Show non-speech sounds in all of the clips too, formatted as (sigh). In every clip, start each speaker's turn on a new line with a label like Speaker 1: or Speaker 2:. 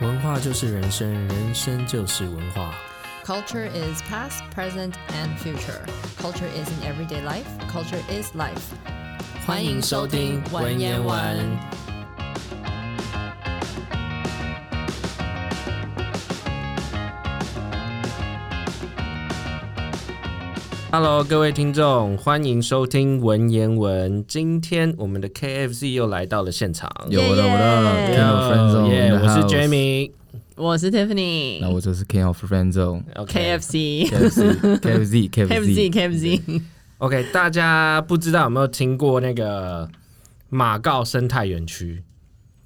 Speaker 1: 文化就是人生，人生就是文化。
Speaker 2: Culture is past, present, and future. Culture is in everyday life. Culture is life.
Speaker 1: 欢迎收听文言文。Hello，各位听众，欢迎收听文言文。今天我们的 KFC 又来到了现场。
Speaker 3: 有哦的，我的
Speaker 2: Yeah,
Speaker 3: King of Friend Zone，
Speaker 1: 耶
Speaker 3: in the
Speaker 1: 我是
Speaker 3: house
Speaker 1: Jamie。
Speaker 4: 我是 Tiffany，
Speaker 3: 那我就是 King of Friend Zone。
Speaker 1: OK
Speaker 4: KFC
Speaker 3: KFC
Speaker 4: KFC
Speaker 3: KFC
Speaker 4: KFC，
Speaker 1: OK，大家不知道有没有听过那个马告生态园区？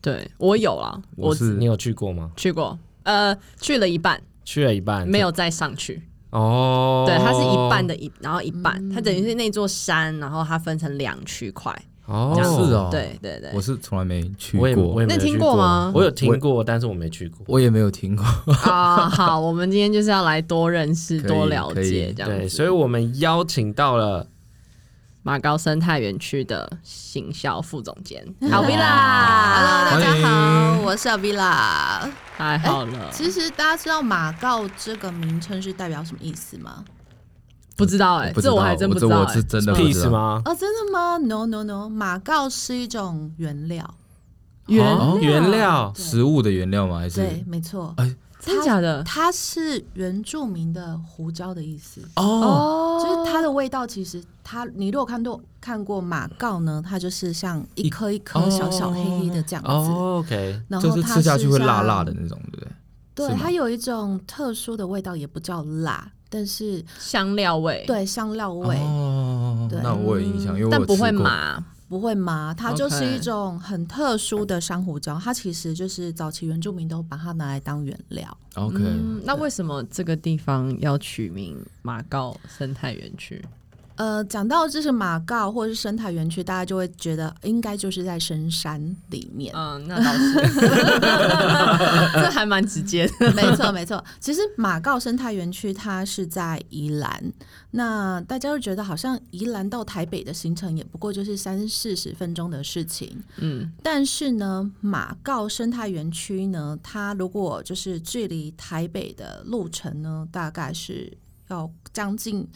Speaker 4: 对我有啦，
Speaker 3: 我
Speaker 4: 我
Speaker 3: 是
Speaker 1: 你有去过吗？
Speaker 4: 去过，呃，去了一半，
Speaker 1: 去了一半，
Speaker 4: 没有再上去。
Speaker 1: 哦。
Speaker 4: 对，它是一半的一，然后一半，
Speaker 3: 嗯
Speaker 4: 它等于是那座山，然后它分成两区块。
Speaker 1: 哦，
Speaker 3: 这样子是哦
Speaker 4: 对对对
Speaker 3: 我，是从来没去
Speaker 1: 我也
Speaker 3: 过
Speaker 1: 我，也没有
Speaker 4: 那
Speaker 1: 去
Speaker 4: 你听过吗
Speaker 1: 我有听过，但是我没去过。
Speaker 3: 我也没有听过。
Speaker 4: 啊，好，我们今天就是要来多认识、
Speaker 3: 可以
Speaker 4: 多了
Speaker 3: 可以
Speaker 4: 解这样
Speaker 1: 对，
Speaker 4: 子。
Speaker 1: 所以我们邀请到了
Speaker 4: 马高生态园区的行销副总监好 v 啦，
Speaker 5: Hello，大
Speaker 3: 欢迎
Speaker 5: 家好，我是 Avila。
Speaker 4: 太好了，
Speaker 5: 其实大家知道马告这个名称是代表什么意思吗？
Speaker 4: 不知道哎，
Speaker 3: 不知道
Speaker 4: 这我还真不知
Speaker 3: 这
Speaker 4: 道
Speaker 3: 我
Speaker 4: 哎
Speaker 3: 是，真的不知
Speaker 1: Peace
Speaker 3: 道？
Speaker 1: 吗？
Speaker 5: 哦，真的吗？No No No，马告是一种原料，
Speaker 1: 哦原料
Speaker 3: 食物的原料吗？还是
Speaker 5: 对，没错，
Speaker 4: 真假的？
Speaker 5: 它是原住民的胡椒的意思，
Speaker 3: 哦
Speaker 4: 哦
Speaker 5: 就是它的味道。其实它，你如果看到看过马告呢，它就是像一颗一颗
Speaker 3: 哦
Speaker 5: 小小黑黑的这样子，
Speaker 1: 哦，OK，
Speaker 5: 然
Speaker 3: 就
Speaker 5: 后
Speaker 3: 是
Speaker 5: 它
Speaker 3: 吃下去会辣
Speaker 5: 像
Speaker 3: 辣的那种，对不对？
Speaker 5: 对
Speaker 3: 是，吗
Speaker 5: 它有一种特殊的味道，也不叫辣，但是
Speaker 4: 香料味，
Speaker 5: 对香料味。
Speaker 3: 哦
Speaker 5: 对
Speaker 3: 那我有印象，因为我
Speaker 4: 但
Speaker 3: 有
Speaker 4: 不会
Speaker 3: 吃过。
Speaker 4: 麻。
Speaker 5: 不会麻，它就是
Speaker 4: OK
Speaker 5: 一种很特殊的珊瑚礁，它其实就是早期原住民都把它拿来当原料。
Speaker 3: OK，
Speaker 4: 嗯，那为什么这个地方要取名马告生态园区？
Speaker 5: 呃，讲到就是马告或者是生态园区，大家就会觉得应该就是在深山
Speaker 4: (laughs)
Speaker 5: 里面。
Speaker 4: 嗯，那倒 (laughs) 是，这还蛮直接的。
Speaker 5: 没错，没错。其实马告生态园区它是在宜兰，那大家就觉得好像宜兰到台北的行程也不过就是三四十分钟的事情。
Speaker 4: 嗯，
Speaker 5: 但是呢，马告生态园区呢，它如果就是距离台北的路程呢，大概是要将近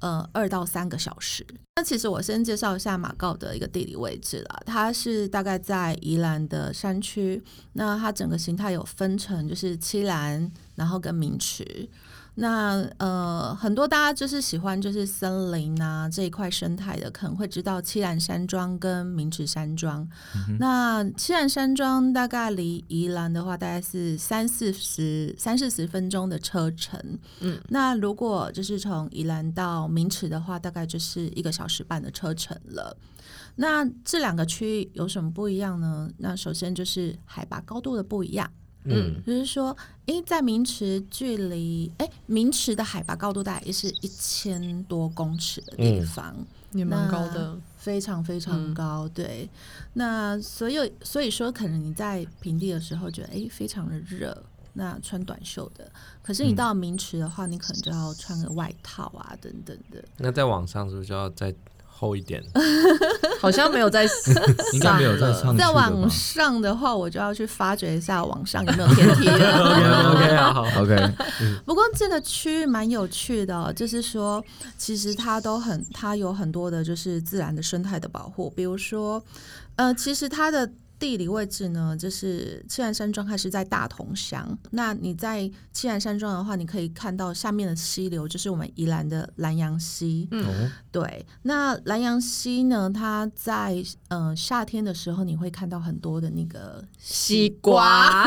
Speaker 5: 呃二到三个小时。那其实我先介绍一下马告的一个地理位置啦，它是大概在宜兰的山区，那它整个形态有分成就是七兰，然后跟明池。那呃，很多大家就是喜欢就是森林啊这一块生态的，可能会知道七兰山庄跟明池山庄。那七兰山庄大概离宜兰的话，大概是三四十三四十分钟的车程。嗯，那如果就是从宜兰到明池的话，大概就是一个小时半的车程了。那这两个区域有什么不一样呢？那首先就是海拔高度的不一样。
Speaker 1: 嗯，
Speaker 5: 就是说，诶，在明池距离，诶，明池的海拔高度大概也是一千多公尺的地方，
Speaker 4: 也蛮高的。
Speaker 5: 非常非常高。对，那所有所以说，可能你在平地的时候觉得，诶，非常的热，那穿短袖的；可是你
Speaker 3: 嗯
Speaker 5: 到明池的话，你可能就要穿个外套啊，等等的。
Speaker 1: 那在网上是不是就要再厚一
Speaker 4: (laughs)
Speaker 1: 点？
Speaker 4: 好像没有在
Speaker 3: 应该没有在上去
Speaker 5: 在
Speaker 3: 的吧
Speaker 5: 网上的话，我就要去发掘一下网上有没有天梯了。
Speaker 1: OK，OK，好，
Speaker 4: (laughs)
Speaker 3: OK，
Speaker 5: 不过这个区域蛮有趣的哦、就是说，其实它都很，它有很多的，就是自然的生态的保护，比如说，呃，其实它的。地理位置呢，就是赤岸山庄，它是在大同乡。那你在赤岸山庄的话，你可以看到下面的溪流，就是我们宜兰的南洋溪。
Speaker 3: 哦，
Speaker 5: 对，那南洋溪呢，它在呃夏天的时候，你会看到很多的那个
Speaker 4: 西瓜，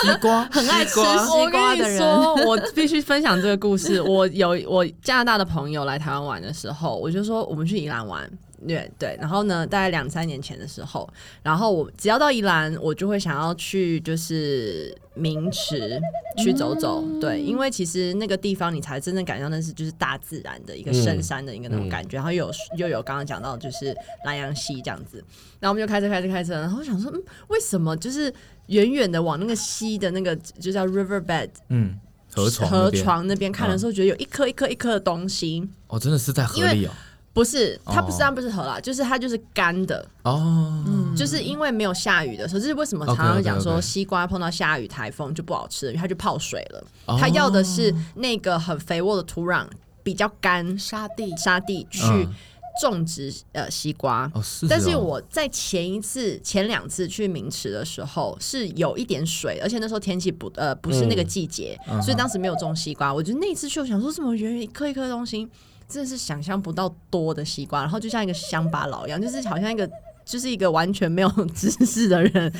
Speaker 3: 西瓜
Speaker 5: 哦很爱吃
Speaker 4: 我
Speaker 5: 西瓜
Speaker 4: 跟
Speaker 5: 的
Speaker 4: 你
Speaker 5: 人。
Speaker 4: 说，我必须分享这个故
Speaker 5: (laughs)
Speaker 4: 事。我有我加拿大的朋友来台湾玩的时候，我就说我们去宜兰玩。对对，然后呢，大概两三年前的时候，然后我只要到宜兰，我就会想要去就是名池去走走，
Speaker 3: 嗯
Speaker 4: 对，因为其实那个地方你才真正感受到那是就是大自然的一个深山的一个那种
Speaker 3: 嗯
Speaker 4: 感觉，然后又有又有刚刚讲到就是南洋溪这样子，然后我们就开车开车开车，然后我想说，嗯，为什么就是远远的往那个溪的那个就叫 riverbed
Speaker 3: 嗯，河床那
Speaker 4: 河
Speaker 3: 边嗯
Speaker 4: 床那边看的时候，觉得有一颗一颗一颗的东西，
Speaker 3: 哦，真的是在河里哦，
Speaker 4: 不是，它不
Speaker 3: 哦
Speaker 4: 是它不是河啦，就是它就是干的，
Speaker 3: 哦，
Speaker 4: 就是因为没有下雨的时候，这是为什么常常
Speaker 3: OK，OK，OK
Speaker 4: 讲说西瓜碰到下雨、台风就不好吃了，因为它就泡水了。
Speaker 3: 哦
Speaker 4: 它要的是那个很肥沃的土壤，比较干
Speaker 5: 沙地
Speaker 4: 沙地去
Speaker 3: 嗯
Speaker 4: 种植呃西瓜。
Speaker 3: 哦是哦，
Speaker 4: 但是我在前一次、前两次去明池的时候是有一点水，而且那时候天气不呃不是那个季节，
Speaker 3: 嗯
Speaker 4: 所以当时没有种西瓜。我就那一次去，我想说，怎么圆圆一颗一颗的东西，真的是想象不到多的西瓜，然后就像一个乡巴佬一样，就是好像一个。就是一个完全没有知识的人，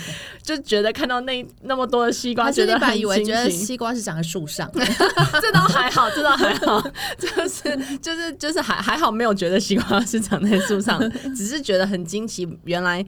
Speaker 4: 就觉得看到那那么多的西瓜，
Speaker 5: 还
Speaker 4: 觉
Speaker 5: 是
Speaker 4: 得
Speaker 5: 你
Speaker 4: 很
Speaker 5: 本以为
Speaker 4: 惊
Speaker 5: 觉得
Speaker 4: 喜
Speaker 5: 西瓜是长在树上，
Speaker 4: (laughs) 这倒还好，这倒还好， (laughs) 就是就是就是还还好没有觉得西瓜是长在树上，只是觉得很惊奇，原来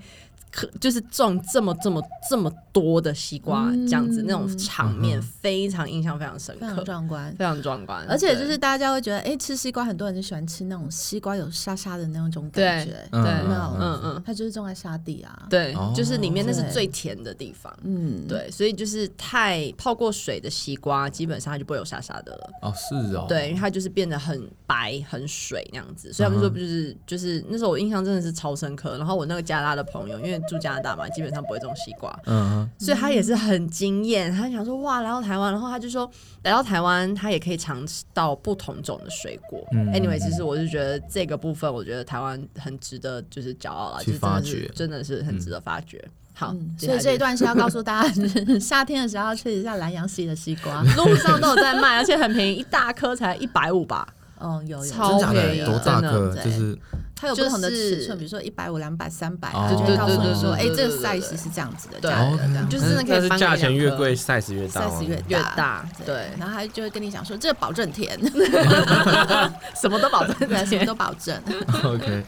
Speaker 4: 可就是种这么这么这么多的西瓜，
Speaker 5: 嗯
Speaker 4: 这样子那种场面
Speaker 3: 嗯
Speaker 4: 非常印象非常深
Speaker 5: 非常
Speaker 4: 刻，
Speaker 5: 壮观。
Speaker 4: 非常壮观，
Speaker 5: 而且就
Speaker 4: 嗯对
Speaker 5: 是大家会觉得，哎、吃西瓜，很多人就喜欢吃那种西瓜有沙沙的那种感觉，
Speaker 3: 嗯
Speaker 4: 对
Speaker 5: 有没有
Speaker 3: 嗯
Speaker 4: 嗯嗯，
Speaker 5: 它就是种在沙地啊。，
Speaker 4: 对，
Speaker 3: 哦
Speaker 4: 就是里面那是
Speaker 5: 对
Speaker 4: 最甜的地方。
Speaker 5: 嗯，
Speaker 4: 对，所以就是太泡过水的西瓜，基本上它就不会有沙沙的了。
Speaker 3: 哦是哦，
Speaker 4: 对，因为它就是变得很白、很水那样子，所以他们说
Speaker 3: 嗯
Speaker 4: 不就是、就是那时候我印象真的是超深刻。然后我那个加拿大的朋友，因为住加拿大嘛，基本上不会种西瓜，
Speaker 3: 嗯
Speaker 4: 所以他也是很惊艳。他想说哇，来到台湾，然后他就说来到台湾，他也可以尝到不同种的水果。
Speaker 3: 嗯
Speaker 4: anyway，其实我就觉得这个部分，我觉得台湾很值得就是骄傲啦，
Speaker 3: 去
Speaker 4: 就是真
Speaker 3: 发
Speaker 4: 的
Speaker 3: 掘嗯
Speaker 4: 是真的是很值得发掘。好
Speaker 5: 嗯，，
Speaker 4: 接
Speaker 5: 所以
Speaker 4: 下
Speaker 5: 这
Speaker 4: 来
Speaker 5: 一段是要告诉大家，就是 (laughs) 夏天的时候要吃一下南洋溪的西
Speaker 4: (laughs)
Speaker 5: 瓜。
Speaker 4: 就是路上都有在卖，而且很便宜，一大颗才一百五吧。
Speaker 5: 嗯，有有，
Speaker 4: 超
Speaker 3: 真假
Speaker 4: 便宜
Speaker 3: 的
Speaker 4: 的
Speaker 3: 多大
Speaker 4: 真的
Speaker 3: 个
Speaker 5: 对
Speaker 3: 就是 (laughs)
Speaker 5: 它有不同的尺寸，比如说一百五、两百、三百，
Speaker 3: 哦
Speaker 5: 它就会告诉你说，哎
Speaker 4: 对对对对，
Speaker 5: 这
Speaker 4: 对对
Speaker 5: 个
Speaker 4: 对
Speaker 5: size 是这样子的，这
Speaker 4: 对
Speaker 5: 样子的，
Speaker 3: OK
Speaker 5: 这样子
Speaker 4: 就
Speaker 5: 的
Speaker 4: 是真的可以
Speaker 1: 但是
Speaker 4: 翻
Speaker 1: 价
Speaker 4: 给
Speaker 1: 钱
Speaker 4: 两
Speaker 1: 越
Speaker 4: 颗
Speaker 1: 贵，size 越大、哦。
Speaker 5: ，size 越
Speaker 4: 越大，对，
Speaker 5: 然后他就会跟你讲说，这个保证
Speaker 4: (laughs)
Speaker 5: 甜，
Speaker 4: 什么都保证
Speaker 5: 对，什么都保证。
Speaker 3: OK，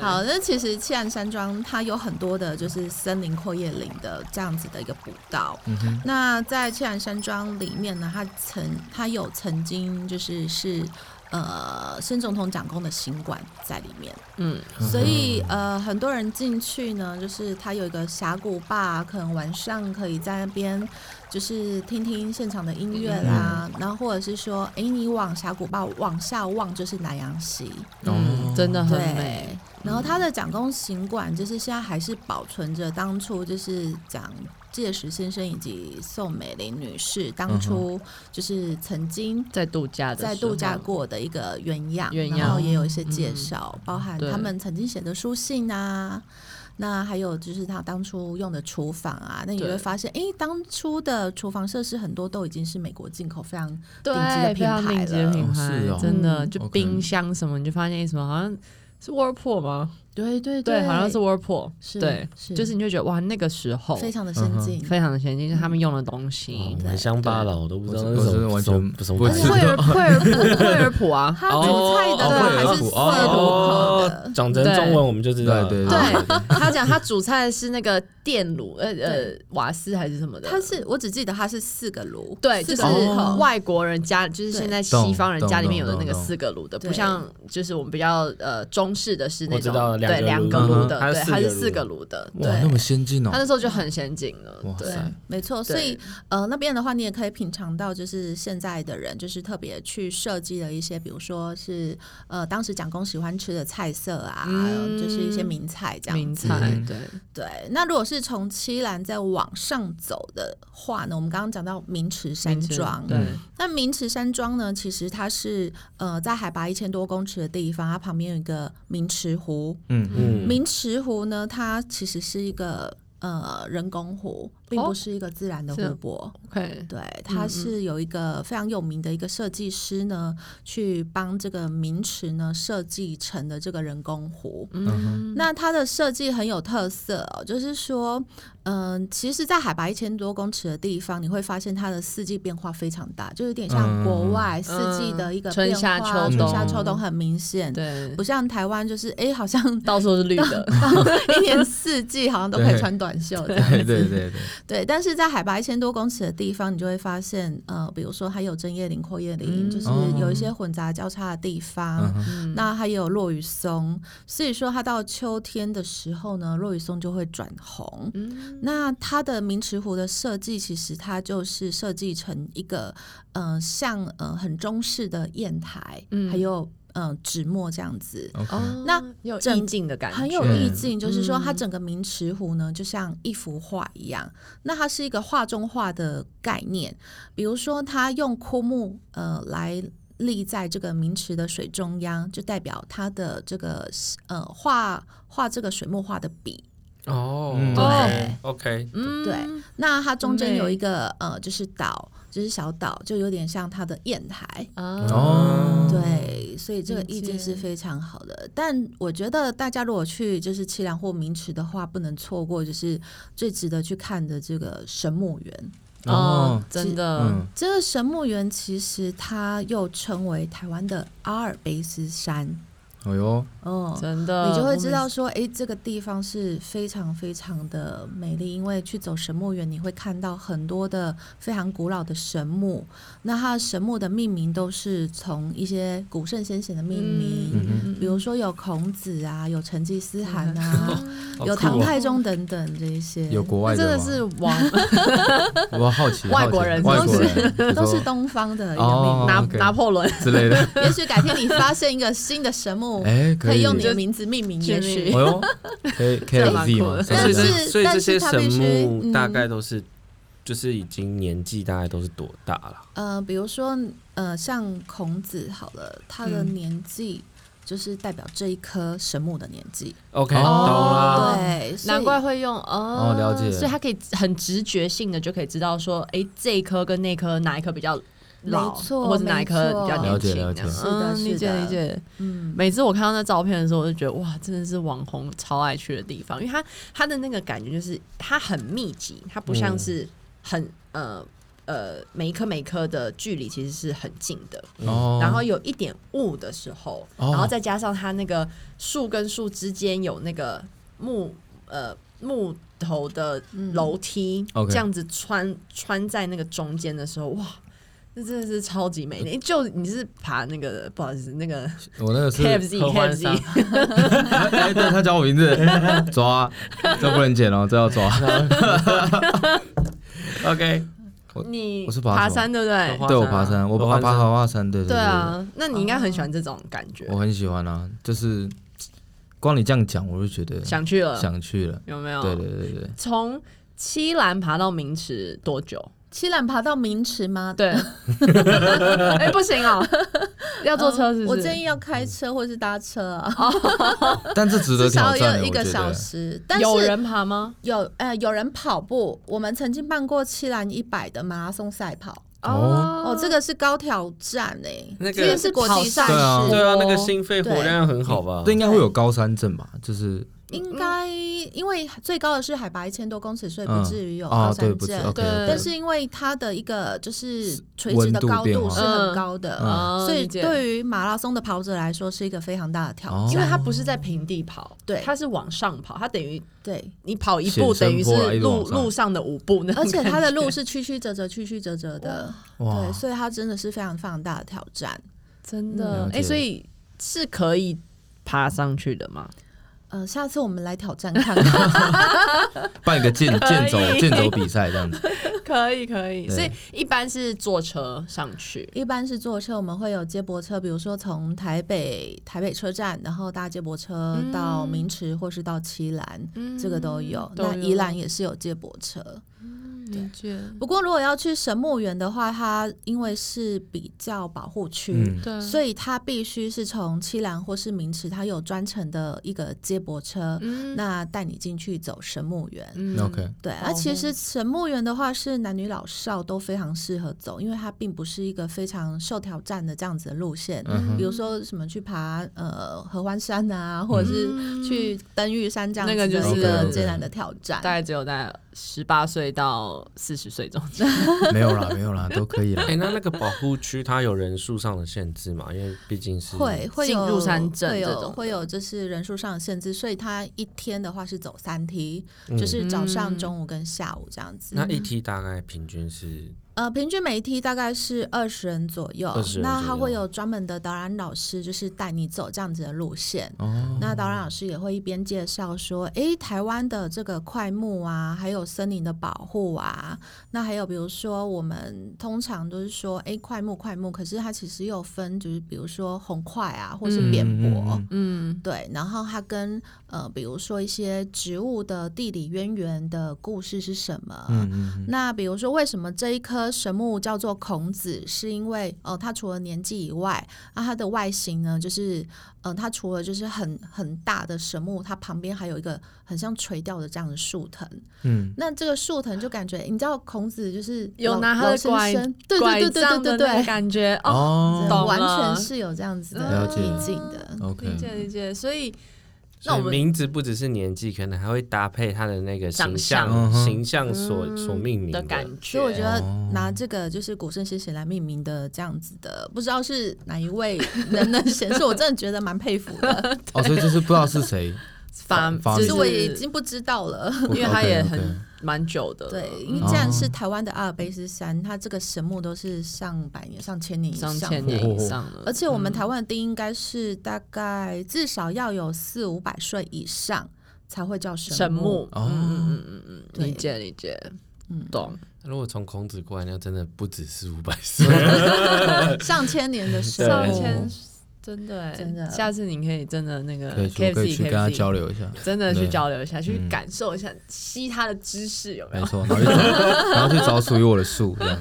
Speaker 5: 好，那其实弃暗山庄它有很多的，就是森林阔叶林的这样子的一个步道。
Speaker 3: 嗯哼，
Speaker 5: 那在弃暗山庄里面呢，它曾它有曾经就是是呃，申总统长公的行馆在里面。
Speaker 4: 嗯，
Speaker 5: 所以呃，很多人进去呢，就是它有一个峡谷吧，可能晚上可以在那边就是听听现场的音乐啦，然后或者是说，诶，你往峡谷吧往下望就是南洋溪，
Speaker 4: 嗯，真的很美
Speaker 5: 对。。然后它的蒋公行馆就是现在还是保存着当初就是蒋介石先生以及宋美龄女士当初就是曾经
Speaker 4: 在度假嗯的时候
Speaker 5: 在度假过的一个原样，
Speaker 4: 原样嗯
Speaker 5: 然后也有一些介绍，包含
Speaker 4: 对
Speaker 5: 他们曾经写的书信啊。那还有就是他当初用的厨房啊，那你就
Speaker 4: 对
Speaker 5: 会发现，哎、当初的厨房设施很多都已经是美国进口非常
Speaker 4: 对，
Speaker 5: 顶级的
Speaker 4: 非常
Speaker 5: 品
Speaker 4: 顶
Speaker 5: 牌
Speaker 4: 级的
Speaker 5: 了
Speaker 4: 品
Speaker 3: 哦
Speaker 4: 牌，
Speaker 3: 是哦
Speaker 4: 真的
Speaker 5: 嗯
Speaker 4: 就
Speaker 3: OK
Speaker 4: 冰箱什么，你就发现诶什么好像是 Whirlpool 吗？
Speaker 5: 对对
Speaker 4: 对，好像是 Whirlpool，
Speaker 5: 是
Speaker 4: 对，
Speaker 5: 是
Speaker 4: 就是你就嗯觉得哇，那个时候
Speaker 5: 非常嗯的先进，
Speaker 4: 非常的先进，就是他们用的东
Speaker 1: 哦
Speaker 4: 西。 (laughs)
Speaker 1: 很乡巴佬，我都不知道
Speaker 3: 我
Speaker 1: 那
Speaker 3: 真的
Speaker 1: 种
Speaker 3: 完全
Speaker 1: 什么什么
Speaker 3: 不会
Speaker 1: 牌
Speaker 3: 吃
Speaker 1: 子
Speaker 4: 惠而惠而浦惠而浦啊，
Speaker 5: 它煮菜的话
Speaker 3: 哦
Speaker 5: 还是
Speaker 3: 哦
Speaker 5: 色
Speaker 3: 哦
Speaker 5: 鲁口的，
Speaker 1: 讲成
Speaker 4: 对
Speaker 1: 中文我们就知道了。
Speaker 3: 对对
Speaker 4: 对他讲他煮菜是那个电炉，呃呃瓦斯还是什么的，
Speaker 5: 它是我只记得它是四个炉，
Speaker 4: 对，就
Speaker 5: 四
Speaker 4: 是
Speaker 5: 个炉口
Speaker 3: 哦
Speaker 4: 外国人家，就是现在西方人家里面有的那个四个炉的，
Speaker 5: 懂懂懂
Speaker 4: 不像就是我们比较呃中式的是那
Speaker 1: 我知
Speaker 4: 种
Speaker 1: 道了
Speaker 4: 对
Speaker 1: 两
Speaker 4: 两
Speaker 1: 个
Speaker 4: 个
Speaker 1: 炉
Speaker 4: 炉的，
Speaker 1: 嗯哼
Speaker 4: 对，它
Speaker 1: 它
Speaker 4: 是
Speaker 1: 是
Speaker 4: 四
Speaker 1: 四
Speaker 4: 个
Speaker 1: 个
Speaker 4: 炉的，对，
Speaker 3: 哇，那么先进哦
Speaker 4: 他，那时候就很先进了，
Speaker 3: 哇
Speaker 4: 对
Speaker 5: 对
Speaker 3: 塞，
Speaker 5: 没错。
Speaker 4: 对
Speaker 5: 所以呃，那边的话，你也可以品尝到，就是现在的人就是特别去设计的一些，比如说是呃，当时蒋公喜欢吃的菜色啊，
Speaker 4: 嗯
Speaker 5: 就是一些名菜这样
Speaker 4: 名
Speaker 5: 子。
Speaker 4: 菜
Speaker 3: 嗯
Speaker 4: 对，
Speaker 5: 对，那如果是从七兰再往上走的话呢，我们刚刚讲到明池山
Speaker 4: 名菜
Speaker 5: 庄，嗯
Speaker 4: 对，
Speaker 5: 那明池山庄呢，其实它是呃在海拔一千多公尺的地方，它旁边有一个明池湖。
Speaker 3: 嗯
Speaker 1: 嗯，
Speaker 5: 明池湖呢，它其实是一个呃人工湖，并不是一个自然的湖泊。
Speaker 4: ，OK，
Speaker 5: 对，它
Speaker 4: 嗯
Speaker 5: 是有一个非常有名的一个设计师呢，去帮这个明池呢设计成的这个人工湖。
Speaker 4: 嗯，
Speaker 5: 那它的设计很有特色、哦，就是说，嗯、其实，在海拔一千多公尺的地方，你会发现它的四季变化非常大，就有点像国外四季的一个
Speaker 4: 嗯春
Speaker 5: 变化，
Speaker 4: 夏秋
Speaker 5: 春夏
Speaker 4: 冬
Speaker 5: 秋冬很明显，
Speaker 4: 对
Speaker 5: 不，像台湾就是 (laughs) 哎、诶好像
Speaker 4: 到处是绿的，
Speaker 5: 到一年四季好像都可以
Speaker 3: 对
Speaker 5: 穿短袖这样
Speaker 3: 嗯 (laughs) 对对对对，
Speaker 5: 对，但是在海拔一千多公尺的地方，你就会发现，呃，比如说还有针叶林、阔叶林，
Speaker 4: 嗯
Speaker 5: 就是有一些混杂交叉的地方。
Speaker 3: 嗯哼，
Speaker 4: (laughs) 嗯
Speaker 5: 那还有落羽松，所以说它到秋天的时候呢，落羽松就会转红。
Speaker 4: 嗯
Speaker 5: 那它的明池湖的设计，其实它就是设计成一个，呃，像呃很中式的砚台，
Speaker 4: 嗯
Speaker 5: 还有嗯、呃纸墨这样子，
Speaker 3: OK，
Speaker 4: 哦，
Speaker 5: 那
Speaker 4: 有
Speaker 5: 整
Speaker 4: 意境的感觉，
Speaker 5: 很有
Speaker 3: 是
Speaker 5: 意境，就是说它
Speaker 4: 嗯
Speaker 5: 整个名池湖呢，就像一幅画一样。那它是一个画中画的概念，比如说它用枯木呃来立在这个名池的水中央，就代表它的这个呃画画这个水墨画的笔。
Speaker 1: 哦
Speaker 3: 嗯
Speaker 1: ，OK OK，
Speaker 4: 嗯，
Speaker 5: 对那它中间
Speaker 4: 很美
Speaker 5: 有一个呃就是岛，就是小岛，就有点像它的砚台。
Speaker 4: 啊，
Speaker 3: 哦，
Speaker 5: 对，所以这个
Speaker 4: 理
Speaker 5: 意境
Speaker 4: 解
Speaker 5: 是非常好的。但我觉得大家如果去就是凄凉或名池的话，不能错过，就是最值得去看的这个神木园。
Speaker 4: 哦
Speaker 3: 哦，，
Speaker 4: 真的，
Speaker 3: 嗯，
Speaker 5: 这个神木园其实它又称为台湾的阿尔卑斯山，
Speaker 3: 哎呦，
Speaker 5: 哦，
Speaker 4: 真的，
Speaker 5: 你就会知
Speaker 4: 我
Speaker 5: 道
Speaker 4: 每次，
Speaker 5: 说，哎，这个地方是非常非常的美丽，因为去走神木园，你会看到很多的非常古老的神木，那它的神木的命名都是从一些古圣先贤的命名。
Speaker 3: 嗯哼
Speaker 5: 比如说有孔子啊，有成吉思汗
Speaker 4: (laughs)
Speaker 5: 啊，有
Speaker 1: 好酷
Speaker 5: 唐
Speaker 1: 哦
Speaker 5: 太宗等等这一些，
Speaker 3: 有国
Speaker 4: 那
Speaker 3: 外
Speaker 4: 真的
Speaker 3: 吗
Speaker 4: 是王，
Speaker 3: 我好奇，
Speaker 4: 外
Speaker 3: 好奇
Speaker 4: 国人
Speaker 3: 外
Speaker 4: 都
Speaker 3: 国
Speaker 4: 是
Speaker 3: 人
Speaker 5: 都是
Speaker 3: 比
Speaker 5: 东方的一个
Speaker 3: 哦
Speaker 5: 命
Speaker 4: 拿
Speaker 3: OK
Speaker 4: 拿破仑，
Speaker 3: 如说之类
Speaker 5: (laughs)
Speaker 3: 的，
Speaker 5: 名。也许改天你发现一个新的神木，
Speaker 3: 哎，
Speaker 5: 可以用你
Speaker 3: 哎
Speaker 5: 的名字命名，
Speaker 4: 取
Speaker 5: 也
Speaker 4: 名
Speaker 5: 许
Speaker 3: 呦，K K
Speaker 4: 这
Speaker 3: L
Speaker 4: 蛮
Speaker 3: Z
Speaker 4: 酷
Speaker 3: 嘛
Speaker 4: 的，
Speaker 3: 上
Speaker 1: 所
Speaker 5: 但
Speaker 1: 以
Speaker 3: 面
Speaker 1: 这
Speaker 5: 是
Speaker 1: 所以这
Speaker 5: 但
Speaker 1: 些
Speaker 5: 是它
Speaker 1: 神
Speaker 5: 必须
Speaker 1: 木
Speaker 5: 嗯
Speaker 1: 大概都是，就是已经年纪大概都是多大了？
Speaker 5: 呃，比如说呃，像孔子好了，他的
Speaker 4: 嗯
Speaker 5: 年纪。就是代表这一棵神木的年纪，
Speaker 1: OK，
Speaker 3: 哦
Speaker 1: 懂了。
Speaker 5: 对，
Speaker 4: (laughs)
Speaker 5: 所以
Speaker 4: 难怪会用哦
Speaker 3: 哦了解
Speaker 4: 所以他可以很直觉性的就可以知道说，哎，这一颗跟那颗哪一颗比较老，
Speaker 5: 没错
Speaker 4: 或者哪一颗比较年轻，
Speaker 3: 没错了解了解
Speaker 5: 是的
Speaker 4: 嗯理
Speaker 5: 是
Speaker 4: 解
Speaker 5: 的
Speaker 4: 理解。
Speaker 5: 嗯，
Speaker 4: 每次我看到那照片的时候，我就觉得哇，真的是网红超爱去的地方，因为它它的那个感觉就是它很密集，它不
Speaker 3: 嗯
Speaker 4: 像是很、呃呃每一颗每一颗的距离其实是很近的，
Speaker 3: 哦，
Speaker 4: 然后有一点雾的时候，
Speaker 3: 哦
Speaker 4: 然后再加上它那个树跟树之间有那个木呃木头的楼梯，
Speaker 3: 嗯 OK
Speaker 4: 这样子穿穿在那个中间的时候，哇！这真的是超级美
Speaker 3: 呃
Speaker 4: 丽，就你是爬那个不好意思，那个
Speaker 3: 我那个是
Speaker 4: KFC
Speaker 1: 合欢
Speaker 4: KFC
Speaker 3: 哎，对他叫我名字， (laughs) 抓，这不能剪哦，这要抓。
Speaker 1: OK，
Speaker 4: 你
Speaker 3: 我是爬
Speaker 4: 爬
Speaker 3: 什么
Speaker 4: 山对不对？
Speaker 3: 对我爬山，我爬爬
Speaker 1: 好。
Speaker 3: 爬华山，对
Speaker 4: 对
Speaker 3: 对，
Speaker 4: 啊，那你应该很喜欢这种感觉
Speaker 3: 对，我很喜欢啊，就是光你这样讲，我就觉得
Speaker 4: 想去了，
Speaker 3: 想去了。
Speaker 4: 有没
Speaker 5: 嗯
Speaker 4: 有？
Speaker 3: 对对对对，
Speaker 4: 从七兰爬到名池多久？
Speaker 5: 七兰爬到名池
Speaker 4: (laughs)
Speaker 5: 吗？
Speaker 4: 对，哎，不行哦， (laughs) 要
Speaker 5: 呃，
Speaker 4: 坐车是不是？哦
Speaker 5: 我建议要开车或是搭车啊，
Speaker 3: 但这值得
Speaker 5: 至
Speaker 3: 挑
Speaker 5: 少
Speaker 3: 战
Speaker 5: 要
Speaker 3: 的，
Speaker 5: 一
Speaker 3: 我觉
Speaker 5: 个小
Speaker 3: 得。
Speaker 5: 时。但
Speaker 4: 有
Speaker 5: 是
Speaker 4: 人爬吗？
Speaker 5: 有呃有人跑步，我们曾经办过七兰一百的马拉松赛跑，
Speaker 3: 哦
Speaker 5: 哦，这个是高挑战哎、
Speaker 1: 那个
Speaker 5: 这个是国际赛
Speaker 3: 对啊
Speaker 5: 事，
Speaker 1: 对啊，那个心肺活
Speaker 5: 对
Speaker 1: 量很好吧？
Speaker 3: 这嗯应该会有高山症吧？就是
Speaker 5: 应该因为最高的是海拔一千多公尺，所以
Speaker 3: 嗯
Speaker 5: 不至于有高
Speaker 3: 啊，对，
Speaker 5: 山
Speaker 3: 不是
Speaker 5: 症。
Speaker 3: OK，
Speaker 4: 对
Speaker 5: 但是因为它的一个就是垂直的高度是很高的，
Speaker 3: 嗯
Speaker 4: 哦
Speaker 5: 所以
Speaker 4: 于
Speaker 5: 对于马拉松的跑者来说是一个非常大的挑
Speaker 3: 哦
Speaker 5: 战。
Speaker 4: 因为它不是在平地跑，
Speaker 5: 对
Speaker 4: 它是往上跑，它等于
Speaker 5: 对，
Speaker 4: 你跑一步
Speaker 3: 显
Speaker 4: 等
Speaker 3: 山
Speaker 4: 于
Speaker 3: 坡啦
Speaker 4: 是
Speaker 3: 一直往
Speaker 4: 路
Speaker 3: 上
Speaker 4: 路上的五步那种
Speaker 5: 而且它的路
Speaker 4: 感觉
Speaker 5: 是曲曲折折、曲曲折折的，
Speaker 3: 哇
Speaker 5: 对，，所以它真的是非常非常大的挑战。
Speaker 4: 真
Speaker 5: 嗯
Speaker 4: 的
Speaker 3: 了
Speaker 4: 哎，
Speaker 3: 解
Speaker 4: 所以是可以爬上去的吗？
Speaker 5: 呃，下次我们来挑战看看。
Speaker 3: 办一个健
Speaker 4: 可
Speaker 3: 健
Speaker 4: 以
Speaker 3: 走
Speaker 5: (laughs)
Speaker 3: 健走比赛这样子。
Speaker 4: (laughs) 可以可以，
Speaker 3: 对
Speaker 4: 所以一般是坐车上去。
Speaker 5: 一般是坐车，我们会有接驳车，比如说从台北台北车站，然后搭接驳车
Speaker 4: 嗯
Speaker 5: 到明池或是到七兰，这个都有。
Speaker 4: 都
Speaker 5: 那
Speaker 4: 有
Speaker 5: 宜兰也是有接驳车。
Speaker 4: 理解，
Speaker 5: 不过，如果要去神木园的话，它因为是比较保护区，
Speaker 3: 嗯，
Speaker 4: 对
Speaker 5: 所以它必须是从七兰或是明池，它有专程的一个接驳车，
Speaker 4: 嗯
Speaker 5: 那带你进去走神木园。
Speaker 4: 嗯
Speaker 3: OK，
Speaker 5: 对，
Speaker 4: 保
Speaker 5: 那其
Speaker 4: 护
Speaker 5: 实神木园的话是男女老少都非常适合走，因为它并不是一个非常受挑战的这样子的路线。
Speaker 3: 嗯哼
Speaker 5: 比如说什么去爬呃合欢山啊，或者是去登玉山这样子
Speaker 4: 嗯那个就
Speaker 5: 的
Speaker 4: 是
Speaker 5: 一个艰难的挑战。
Speaker 4: 大概只有在十八岁到四十岁中间，
Speaker 3: 没有啦，没有啦，都可以啦
Speaker 1: 哎、。那那个保护区它有人数上的限制嘛？因为毕竟是
Speaker 5: 会会有
Speaker 4: 进入山镇
Speaker 5: 会
Speaker 4: 这种的
Speaker 5: 有会有就是人数上的限制，所以它一天的话是走三梯，就是早上、
Speaker 4: 嗯
Speaker 5: 中午跟下午这样子。
Speaker 1: 那一梯大概平均是
Speaker 5: 呃，平均每一梯大概是二十人左右
Speaker 1: 20人左右，
Speaker 5: 那他会有专门的导览老师，就是带你走这样子的路线。 (laughs)
Speaker 3: 哦，
Speaker 5: 那导览老师也会一边介绍说，诶，台湾的这个快木啊，还有森林的保护啊，那还有比如说我们通常都是说，诶，快木快木，可是它其实又分，就是比如说红块啊，或是
Speaker 4: 嗯
Speaker 5: 扁柏。
Speaker 3: 嗯嗯
Speaker 4: 嗯
Speaker 5: 对，然后它跟呃，比如说一些植物的地理渊源的故事是什么？
Speaker 3: 嗯嗯
Speaker 5: 那比如说，为什么这一棵神木叫做孔子？是因为呃，它除了年纪以外，那、它的外形呢，就是呃，它除了就是很很大的神木，它旁边还有一个很像垂掉的这样的树藤。
Speaker 3: 嗯，
Speaker 5: 那这个树藤就感觉，你知道孔子就是
Speaker 4: 有
Speaker 5: 老
Speaker 4: 拿他的
Speaker 5: 老先
Speaker 4: 拐
Speaker 5: 生对
Speaker 4: 拐
Speaker 5: 对对
Speaker 4: 杖
Speaker 5: 对
Speaker 4: 的
Speaker 5: 对对嗯
Speaker 4: 那个
Speaker 5: 对，
Speaker 4: 感觉哦，
Speaker 3: 哦
Speaker 5: 对
Speaker 4: 懂
Speaker 5: 完
Speaker 4: 了
Speaker 5: 全是有这样子
Speaker 3: 了
Speaker 5: 的
Speaker 3: 解
Speaker 5: 意
Speaker 4: 嗯
Speaker 5: 境的。
Speaker 4: 理解
Speaker 3: ，OK，
Speaker 4: 理解，所以那
Speaker 1: 所以
Speaker 4: 我们
Speaker 1: 名字不只是年纪，可能还会搭配他的那个形
Speaker 4: 长
Speaker 3: 相嗯
Speaker 1: 象、
Speaker 3: 哼
Speaker 1: 形象所、
Speaker 4: 嗯
Speaker 1: 所命名
Speaker 4: 的
Speaker 1: 的
Speaker 4: 感觉，
Speaker 5: 所以我觉得
Speaker 3: 哦
Speaker 5: 拿这个就是古圣先贤来命名的这样子的，不知道是哪一位人能显示，我真的觉得蛮佩服的。
Speaker 3: 哦，所以就是不知道是
Speaker 5: (laughs)
Speaker 3: 谁，
Speaker 4: 反
Speaker 3: 反
Speaker 4: 就是
Speaker 5: 其实我也已经不知道
Speaker 4: (laughs)
Speaker 5: 了。
Speaker 4: 因为它也
Speaker 3: OK，OK
Speaker 4: 很蛮久的了，嗯
Speaker 5: 对，因为既然
Speaker 4: 哦
Speaker 5: 是台湾的阿尔卑斯山，它这个神木都是上百年、上千年以
Speaker 4: 上
Speaker 5: 上
Speaker 4: 千
Speaker 5: 的
Speaker 3: 哦
Speaker 4: 年嗯以上了，
Speaker 5: 而且我们台湾的定义应该是大概至少要有四五百岁以上才会叫神
Speaker 4: 神木，
Speaker 3: 哦
Speaker 4: 嗯嗯嗯嗯嗯嗯，
Speaker 5: 对
Speaker 4: 理解理解，
Speaker 5: 嗯
Speaker 4: 懂，
Speaker 1: 如果从孔子过来，那真的不只是五百岁。
Speaker 5: 上千年的神
Speaker 1: 对
Speaker 4: 呃上千
Speaker 5: 木。
Speaker 4: 真的欸
Speaker 5: 哦真的
Speaker 4: 下次你可以真的那个
Speaker 3: 可以去
Speaker 4: KFC
Speaker 3: 可以去跟他
Speaker 4: KFC
Speaker 3: 交流一下，
Speaker 4: 真的去
Speaker 3: 对
Speaker 4: 交流一下，去
Speaker 3: 嗯
Speaker 4: 感受一下，吸他的知识有没
Speaker 3: 没
Speaker 4: 有？
Speaker 3: 错，然后去找， (laughs) 然后去找属于我的树，这样，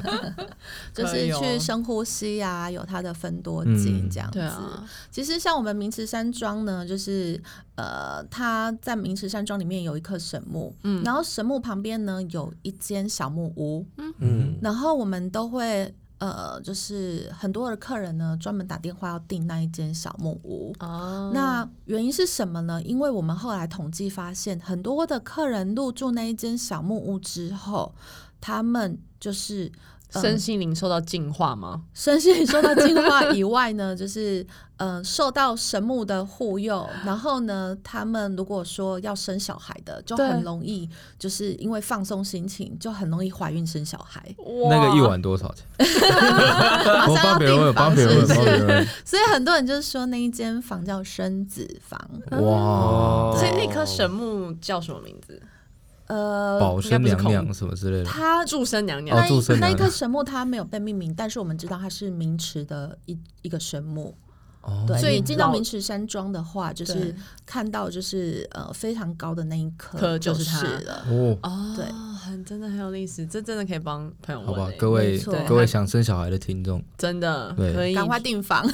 Speaker 5: 就
Speaker 4: 可以
Speaker 5: 是
Speaker 4: 哦
Speaker 5: 去深呼吸呀、有它的分多
Speaker 3: 嗯
Speaker 5: 精这样子。
Speaker 4: 对啊，
Speaker 5: 其实像我们明池山庄呢，就是呃，它在明池山庄里面有一棵神木，
Speaker 4: 嗯
Speaker 5: 然后神木旁边呢有一间小木屋， (laughs)
Speaker 1: 嗯，
Speaker 5: 然后我们都会呃，就是很多的客人呢专门打电话要订那一间小木屋。
Speaker 4: 哦
Speaker 5: 那原因是什么呢？因为我们后来统计发现，很多的客人入住那一间小木屋之后，他们就是、呃、
Speaker 4: 身心灵受到净化吗？
Speaker 5: 身心受到净化以外呢，就是呃受到神木的护佑，然后呢，他们如果说要生小孩的，就
Speaker 4: 对
Speaker 5: 很容易，就是因为放松心情，就很容易怀孕生小孩，
Speaker 3: 那个一
Speaker 4: 哇
Speaker 3: 晚多少钱？
Speaker 5: 马
Speaker 3: (laughs) 我
Speaker 5: 上
Speaker 3: 帮
Speaker 5: 要
Speaker 3: 别人
Speaker 5: 订
Speaker 3: 问，帮
Speaker 5: 房
Speaker 3: 别
Speaker 5: 是
Speaker 3: 人
Speaker 5: 不
Speaker 3: 问，帮别
Speaker 5: 是？
Speaker 3: 人问。
Speaker 5: 所以很多人就是说那一间房叫生子房，
Speaker 1: 哦
Speaker 5: 哦
Speaker 3: 哇，
Speaker 4: 所以那棵神木叫什么名字？
Speaker 5: 呃，
Speaker 3: 保生娘娘什么之类的，
Speaker 5: 它
Speaker 4: 祝生娘娘
Speaker 5: 那
Speaker 3: 哦祝
Speaker 5: 一
Speaker 3: 生
Speaker 5: 那
Speaker 3: 娘
Speaker 5: 一
Speaker 3: 娘
Speaker 5: 棵神木它没有被命名，但是我们知道它是名池的一一个神木。
Speaker 3: 哦，
Speaker 5: 对，所以进到
Speaker 4: 老
Speaker 5: 明池山庄的话，就是
Speaker 4: 对
Speaker 5: 看到就是呃非常高的那一棵，
Speaker 4: 棵就
Speaker 5: 就是
Speaker 4: 它
Speaker 5: 了。
Speaker 3: 哦，
Speaker 4: 哦，
Speaker 5: 对
Speaker 4: 很真的很有历史，这真的可以帮朋友
Speaker 3: 好
Speaker 4: 问
Speaker 3: 吧
Speaker 4: 欸，，
Speaker 3: 各位
Speaker 5: 没错
Speaker 3: 各位想生小孩的听
Speaker 5: (laughs)
Speaker 3: 众，
Speaker 4: 真的
Speaker 3: 对
Speaker 4: 可以，
Speaker 5: 赶快订房，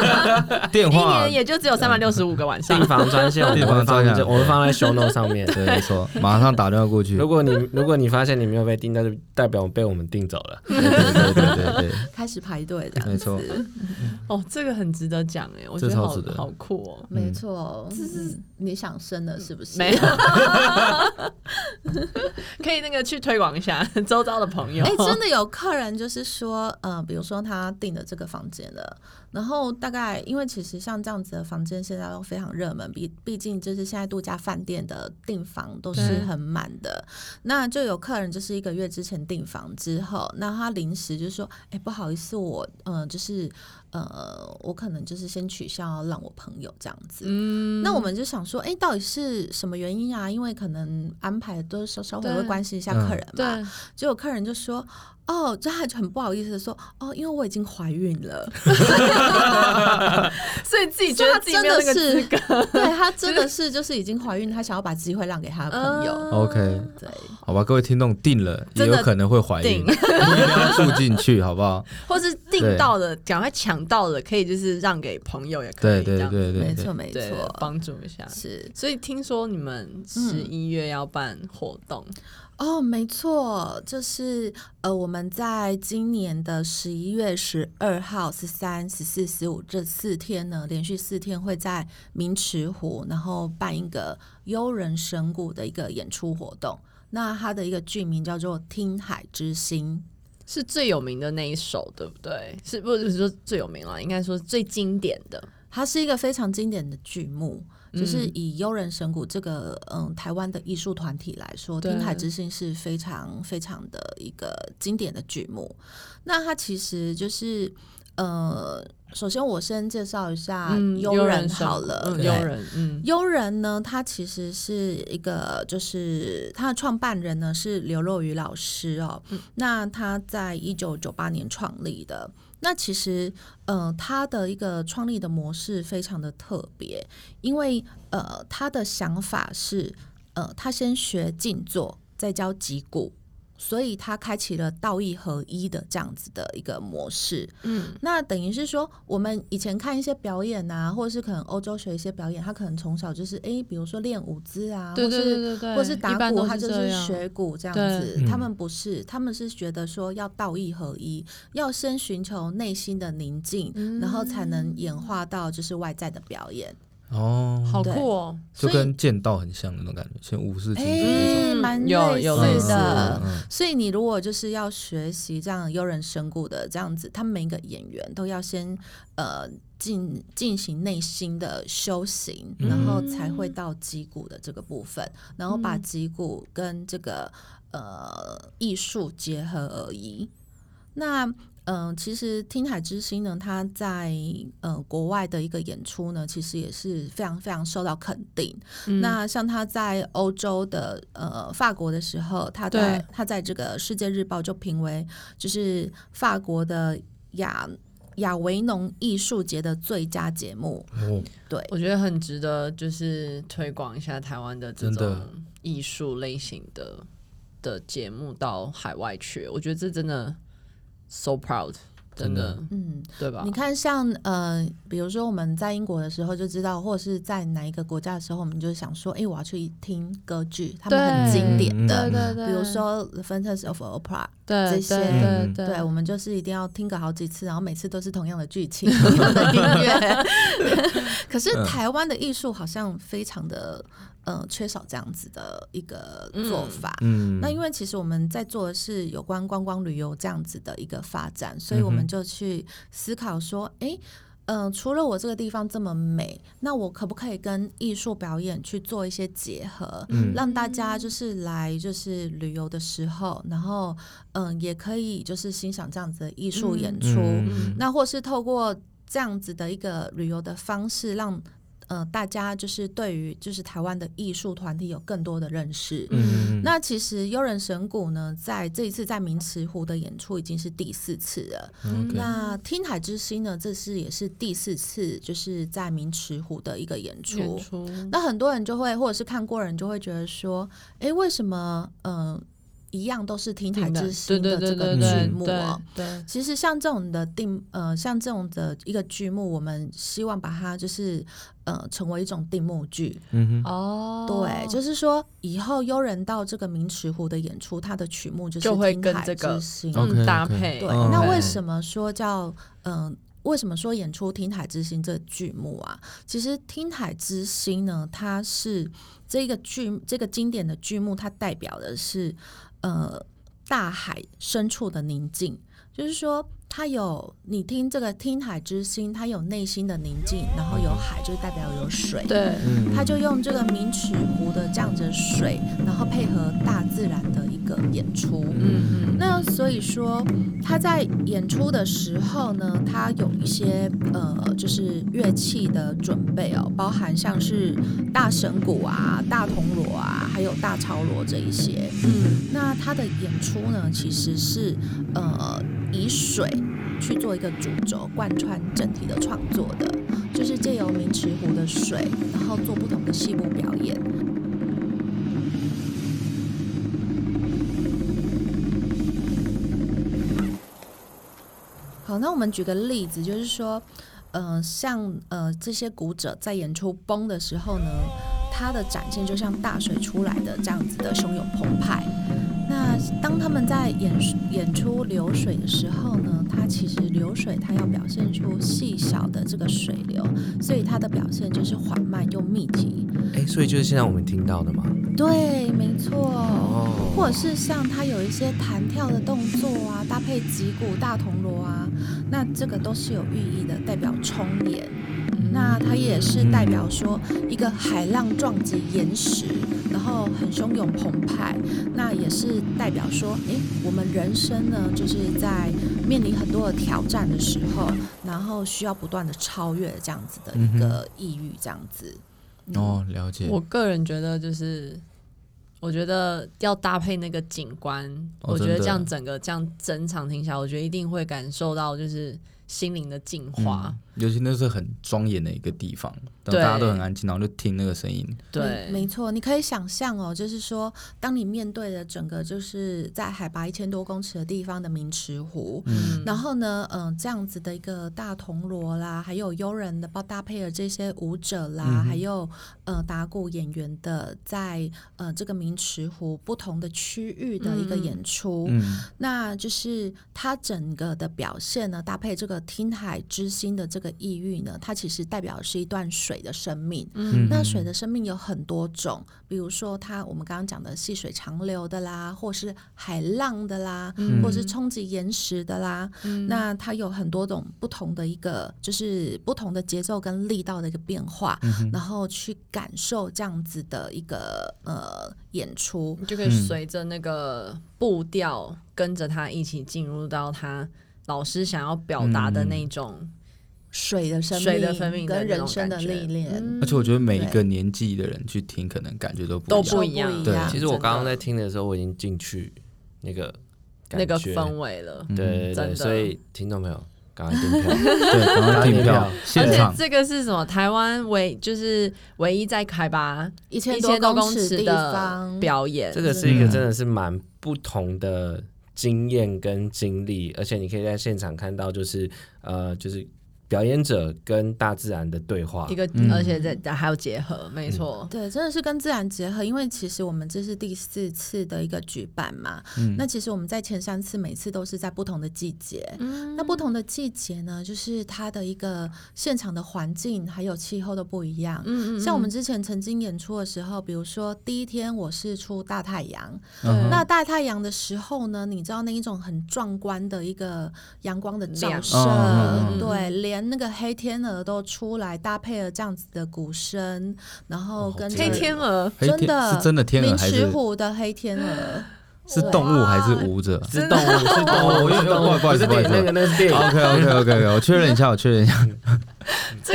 Speaker 5: (laughs)
Speaker 3: 电
Speaker 4: 一
Speaker 3: 话
Speaker 4: 年也就只有三百六十五个晚上 (laughs)
Speaker 1: 订。房专线我们
Speaker 3: 订
Speaker 1: 会
Speaker 3: 房专
Speaker 1: 放
Speaker 3: 线
Speaker 1: 在我们放在 show note 上 (laughs) 面。
Speaker 3: 对，没错，马上打电话
Speaker 5: (laughs)
Speaker 3: 过去。
Speaker 1: 如果你如果你发现你没有被订，那就代表被我们订走了。
Speaker 3: 对对对对对
Speaker 5: 开始排
Speaker 3: 对，
Speaker 5: 队的。
Speaker 3: 没
Speaker 5: (laughs)
Speaker 3: 错，
Speaker 4: 哦，这个很值得讲哎，我觉
Speaker 3: 这
Speaker 4: 得
Speaker 3: 超
Speaker 4: 好
Speaker 3: 值得
Speaker 4: 好酷哦。
Speaker 3: 嗯
Speaker 5: 没错，这是嗯你想生的，是不是？
Speaker 4: 嗯 (laughs) 没有，可以那个去推广一下 (laughs) 周遭的朋友。 (laughs)
Speaker 5: 哎、真的有客人就是说，呃，比如说他订的这个房间了，然后大概因为其实像这样子的房间现在都非常热门，毕毕竟就是现在度假饭店的订房都是
Speaker 4: 对
Speaker 5: 很满的，那就有客人就是一个月之前订房之后，那他临时就说，哎、不好意思，我呃就是呃我可能就是先取消让我朋友这样子，
Speaker 4: 嗯
Speaker 5: 那我们就想说，哎、到底是什么原因啊？因为可能安排都稍稍微会
Speaker 4: 对
Speaker 5: 关心一下
Speaker 3: 嗯
Speaker 5: 客人嘛，
Speaker 4: 对，
Speaker 5: 结果客人就说：“哦，就他很不好意思的说，哦，因为我已经怀孕了。
Speaker 4: 所以自己觉得
Speaker 5: 所以他
Speaker 4: 自己没有那个资格，
Speaker 5: (laughs) 对他真的是就是已经怀孕，他想要把机会让给他的朋友。
Speaker 4: 嗯
Speaker 3: OK，
Speaker 5: 对，
Speaker 3: 好吧，各位听众定了，也有可能会怀孕，
Speaker 4: 定
Speaker 3: 你 (laughs) 一定要住进
Speaker 5: (laughs)
Speaker 3: 去，好不好？
Speaker 4: 或是订到的，赶快抢到的，可以就是让给朋友也可
Speaker 3: 对
Speaker 4: 以，这
Speaker 3: 对
Speaker 4: 样
Speaker 3: 对对
Speaker 5: (laughs) 没
Speaker 3: 对
Speaker 5: 错，，没
Speaker 4: 对
Speaker 5: 错，
Speaker 4: 帮助一下。
Speaker 5: 是
Speaker 4: 所以听说你们十
Speaker 3: 嗯
Speaker 4: 一月要办活动，
Speaker 5: 哦，没错，就是呃，我们在今年的十一月十二号、十三、十四、十五这四天呢，连续四天会在明池湖，然后办一个悠人神谷的一个演出活动。那它的一个剧名叫做《听海之心》。
Speaker 4: 是最有名的那一首，对不对？是不是说最有名了？应该说最经典的。
Speaker 5: 它是一个非常经典的剧目，
Speaker 4: 嗯
Speaker 5: 就是以悠人神谷这个嗯台湾的艺术团体来说，《
Speaker 4: 对
Speaker 5: 听海之星》是非常非常的一个经典的剧目。那它其实就是呃，首先我先介绍一下
Speaker 4: 嗯，
Speaker 5: 悠人好了，
Speaker 4: 嗯，
Speaker 5: 对
Speaker 4: 悠人，嗯，
Speaker 5: 悠人呢，他其实是一个，就是他的创办人呢是刘若愚老师哦。那他在一九九八年创立的。那其实，呃，他的一个创立的模式非常的特别，因为呃，他的想法是，呃，他先学静坐，再教击鼓。所以他开启了道义合一的这样子的一个模式，
Speaker 4: 嗯，
Speaker 5: 那等于是说，我们以前看一些表演啊，或者是可能欧洲学一些表演，他可能从小就是诶，比如说练舞姿啊，
Speaker 4: 对对对对对，
Speaker 5: 或是或是
Speaker 4: 一
Speaker 5: 打
Speaker 4: 般
Speaker 5: 鼓，
Speaker 4: 都
Speaker 5: 他就是
Speaker 4: 这
Speaker 5: 是
Speaker 4: 样
Speaker 5: 学鼓这样
Speaker 1: 对
Speaker 3: 嗯
Speaker 5: 子。他们不是，他们是觉得说要道义合一，要先寻求内心的宁静，然后才
Speaker 4: 嗯
Speaker 5: 能演化到就是外在的表演。
Speaker 3: 哦，
Speaker 4: 好
Speaker 5: 对
Speaker 4: 酷哦，
Speaker 3: 就
Speaker 5: 所以
Speaker 3: 跟剑道很像的那种感觉，先武士精神那种
Speaker 5: 诶，
Speaker 4: 嗯
Speaker 5: 蛮
Speaker 4: 有有类
Speaker 5: 似
Speaker 4: 似
Speaker 5: 的。
Speaker 3: 嗯嗯
Speaker 5: 所以你如果就是要学习这样悠人神谷的这样子，他们每一个演员都要先呃进进行内心的修行，
Speaker 3: 嗯
Speaker 5: 然后才会到脊骨的这个部分，然后把脊骨跟这个呃艺术结合而已。那嗯、呃其实《听海之星》呢，它在呃国外的一个演出呢，其实也是非常非常受到肯定。
Speaker 4: 嗯
Speaker 5: 那像他在欧洲的呃法国的时候，他在
Speaker 4: 对
Speaker 5: 他在这个《世界日报》就评为就是法国的亚亚维农艺术节的最佳节目。
Speaker 3: 哦
Speaker 5: 对，
Speaker 4: 我觉得很值得，就是推广一下台湾的这
Speaker 3: 真的
Speaker 4: 种艺术类型的的节目到海外去。我觉得这真的 so proud，真的，
Speaker 5: 嗯，
Speaker 4: 对吧
Speaker 5: 你？看像呃，比如说我们在英国的时候就知道，或者是在哪一个国家的时候，我们就想说，哎、我要去听歌剧，他们
Speaker 4: 对
Speaker 5: 很经典的。
Speaker 3: 对对
Speaker 4: 对
Speaker 5: 比如说《The Phantasy of Opera》，
Speaker 4: 对
Speaker 5: 这些
Speaker 4: 对
Speaker 3: 嗯
Speaker 4: 对
Speaker 5: 对，我们就是一定要听个好几次，然后每次都是同样的剧情、同样的音乐。 (laughs) 可是
Speaker 3: 嗯
Speaker 5: 台湾的艺术好像非常的呃缺少这样子的一个做法。
Speaker 3: 嗯，
Speaker 5: 那因为其实我们在做的是有关观光旅游这样子的一个发展，所以我
Speaker 3: 嗯
Speaker 5: 们
Speaker 3: 哼
Speaker 5: 就去思考说，诶，嗯、除了我这个地方这么美，那我可不可以跟艺术表演去做一些结合，
Speaker 3: 嗯
Speaker 5: 让大家就是来就是旅游的时候，然后嗯、也可以就是欣赏这样子的艺术演
Speaker 3: 嗯
Speaker 5: 出，
Speaker 3: 嗯嗯
Speaker 5: 那或是透过这样子的一个旅游的方式，让呃大家就是对于就是台湾的艺术团体有更多的认识。
Speaker 3: 嗯
Speaker 5: 那其实悠人神谷呢，在这一次在明池湖的演出已经是第四次了。
Speaker 3: 嗯 OK
Speaker 5: 那听海之星呢，这是也是第四次，就是在明池湖的一个演出。
Speaker 4: 演出
Speaker 5: 那很多人就会，或者是看过人就会觉得说，诶，为什么嗯、呃一样都是听海之
Speaker 4: 对
Speaker 5: 星
Speaker 4: 对
Speaker 5: 的
Speaker 4: 对
Speaker 5: 这
Speaker 4: 对
Speaker 5: 个
Speaker 4: 对
Speaker 5: 剧目哦、
Speaker 4: 对对，
Speaker 5: 其实像这种的定呃，像这种的一个剧目，我们希望把它就是呃成为一种定目剧。
Speaker 3: 嗯哼，
Speaker 4: 哦
Speaker 5: 对，就是说以后悠人到这个明池湖的演出，它的曲目就是
Speaker 4: 就会
Speaker 5: 听
Speaker 4: 跟
Speaker 5: 海
Speaker 4: 这个
Speaker 5: 之星
Speaker 3: 哦 OK，OK
Speaker 4: 嗯搭配，
Speaker 5: 对，
Speaker 3: 嗯
Speaker 5: 那为
Speaker 3: 嗯
Speaker 5: 什么说叫嗯、呃为什么说演出《听海之星》这剧目啊？其实《听海之星》呢，它是这个剧这个经典的剧目，它代表的是呃大海深处的宁静，就是说。它有你听这个听海之星，它有内心的宁静，然后有海，就代表有水。
Speaker 4: 对
Speaker 3: 嗯
Speaker 5: 他就用这个明曲湖的这样子的水，然后配合大自然的一个演出。
Speaker 4: 嗯
Speaker 5: 那所以说，他在演出的时候呢，他有一些呃，就是乐器的准备哦，包含像是大神鼓啊、大铜锣啊，还有大超锣这一些。
Speaker 4: 嗯
Speaker 5: 那他的演出呢，其实是呃以水去做一个主轴，贯穿整体的创作的，就是借由明池湖的水，然后做不同的戏目表演。好，那我们举个例子，就是说，呃，像呃这些舞者在演出崩的时候呢，它的展现就像大水出来的这样子的汹涌澎湃。那当他们在演演出流水的时候呢，它其实流水它要表现出细小的这个水流，所以它的表现就是缓慢又密集。
Speaker 1: 哎、所以就是现在我们听到的嘛。
Speaker 5: 对，没错。
Speaker 1: 哦
Speaker 5: 或者是像它有一些弹跳的动作啊，搭配击鼓、大铜锣啊，那这个都是有寓意的，代表冲演。
Speaker 4: 嗯
Speaker 5: 那它也是代表说一个海浪撞击岩石，然后很汹涌澎湃。那也是代表说，诶，我们人生呢，就是在面临很多的挑战的时候，然后需要不断的超越这样子的一个抑郁，这样子。嗯
Speaker 3: 哦，了解。
Speaker 4: 我个人觉得就是，我觉得要搭配那个景观，
Speaker 3: 哦
Speaker 4: 我觉得
Speaker 3: 真的
Speaker 4: 这样整个这样整场听下来，我觉得一定会感受到就是心灵的净化。
Speaker 3: 嗯，尤其那是很庄严的一个地方，等
Speaker 4: 对
Speaker 3: 大家都很安静，然后就听那个声音，
Speaker 5: 没
Speaker 4: 对，
Speaker 5: 没错，你可以想象哦，就是说，当你面对的整个就是在海拔一千多公尺的地方的明池湖，
Speaker 4: 嗯
Speaker 5: 然后呢，嗯、这样子的一个大铜锣啦，还有悠人的包搭配的这些舞者啦，
Speaker 4: 嗯
Speaker 5: 还有呃打鼓演员的在呃这个明池湖不同的区域的一个
Speaker 4: 嗯
Speaker 5: 演出，
Speaker 3: 嗯，
Speaker 5: 那就是它整个的表现呢，搭配这个听海之心的这个意蕴呢，它其实代表的是一段水的生命。
Speaker 3: 嗯
Speaker 5: 那水的生命有很多种，比如说它我们刚刚讲的细水长流的啦，或是海浪的啦，
Speaker 4: 嗯
Speaker 5: 或是冲击岩石的啦。那它有很多种不同的一个，就是不同的节奏跟力道的一个变化，然后去感受这样子的一个呃演出。
Speaker 4: 你就可以随着那个步调跟着他一起进入到他老师想要表达的那种。
Speaker 5: 水的生命，
Speaker 4: 水的生命的
Speaker 5: 跟
Speaker 4: 那
Speaker 5: 人
Speaker 4: 种
Speaker 5: 生的
Speaker 4: 感觉嗯
Speaker 5: 历练，
Speaker 3: 而且我觉得每一个年纪的人去听，可能感觉都不
Speaker 4: 都
Speaker 3: 一样
Speaker 4: 不一样
Speaker 5: 都
Speaker 3: 对
Speaker 1: 其实我
Speaker 5: 真的
Speaker 1: 刚刚在听的时候，我已经进去那个
Speaker 4: 那个
Speaker 1: 感觉嗯
Speaker 4: 氛围了，
Speaker 1: 对对
Speaker 4: 真
Speaker 1: 对，
Speaker 4: 的
Speaker 1: 所以听众朋友，赶快订 (laughs) 票，
Speaker 3: 对，然后订票
Speaker 1: 而
Speaker 4: 而
Speaker 3: 现
Speaker 4: 且
Speaker 3: 场，
Speaker 4: 这个是什么？台湾唯就是唯一在海拔
Speaker 5: 一千
Speaker 4: 一千多
Speaker 5: 公
Speaker 4: 公尺
Speaker 5: 地
Speaker 4: 的
Speaker 5: 方，
Speaker 4: 表演，
Speaker 1: 这个是一个
Speaker 3: 嗯
Speaker 1: 真的是蛮不同的经验跟经历，而且你可以在现场看到，就是呃，就是表演者跟大自然的对话
Speaker 4: 一。个，
Speaker 3: 嗯
Speaker 4: 而且在还有结合，没错，
Speaker 5: 对，真的是跟自然结合，因为其实我们这是第四次的一个举办嘛。那其实我们在前三次每次都是在不同的季节，
Speaker 4: 嗯
Speaker 5: 那不同的季节呢，就是它的一个现场的环境还有气候都不一样。
Speaker 4: 嗯
Speaker 5: 像我们之前曾经演出的时候，比如说第一天我是出大太阳，
Speaker 3: 嗯哼
Speaker 5: 那大太阳的时候呢，你知道那一种很壮观的一个阳光的照射，
Speaker 3: 亮嗯嗯嗯
Speaker 5: 对，连那个黑天鹅都出来，搭配了这样子的鼓声，然后
Speaker 1: 哦
Speaker 5: 跟
Speaker 1: 好
Speaker 5: 着
Speaker 1: 惊
Speaker 4: 黑
Speaker 1: 人
Speaker 4: 天鹅
Speaker 3: 黑
Speaker 5: 真
Speaker 3: 天
Speaker 5: 的
Speaker 3: 是真的天鹅
Speaker 5: 明
Speaker 3: 还
Speaker 5: 池
Speaker 3: 是
Speaker 5: 湖的黑天鹅，
Speaker 3: 是动物还是舞者
Speaker 1: 是动物，是动物，
Speaker 3: 哦
Speaker 1: 是动物，
Speaker 3: 不好意思
Speaker 1: 不是
Speaker 3: 不好
Speaker 1: 那
Speaker 3: 意思
Speaker 1: 个那个是电影，
Speaker 3: ？OK OK OK OK，我确认一下，我确认一下，哎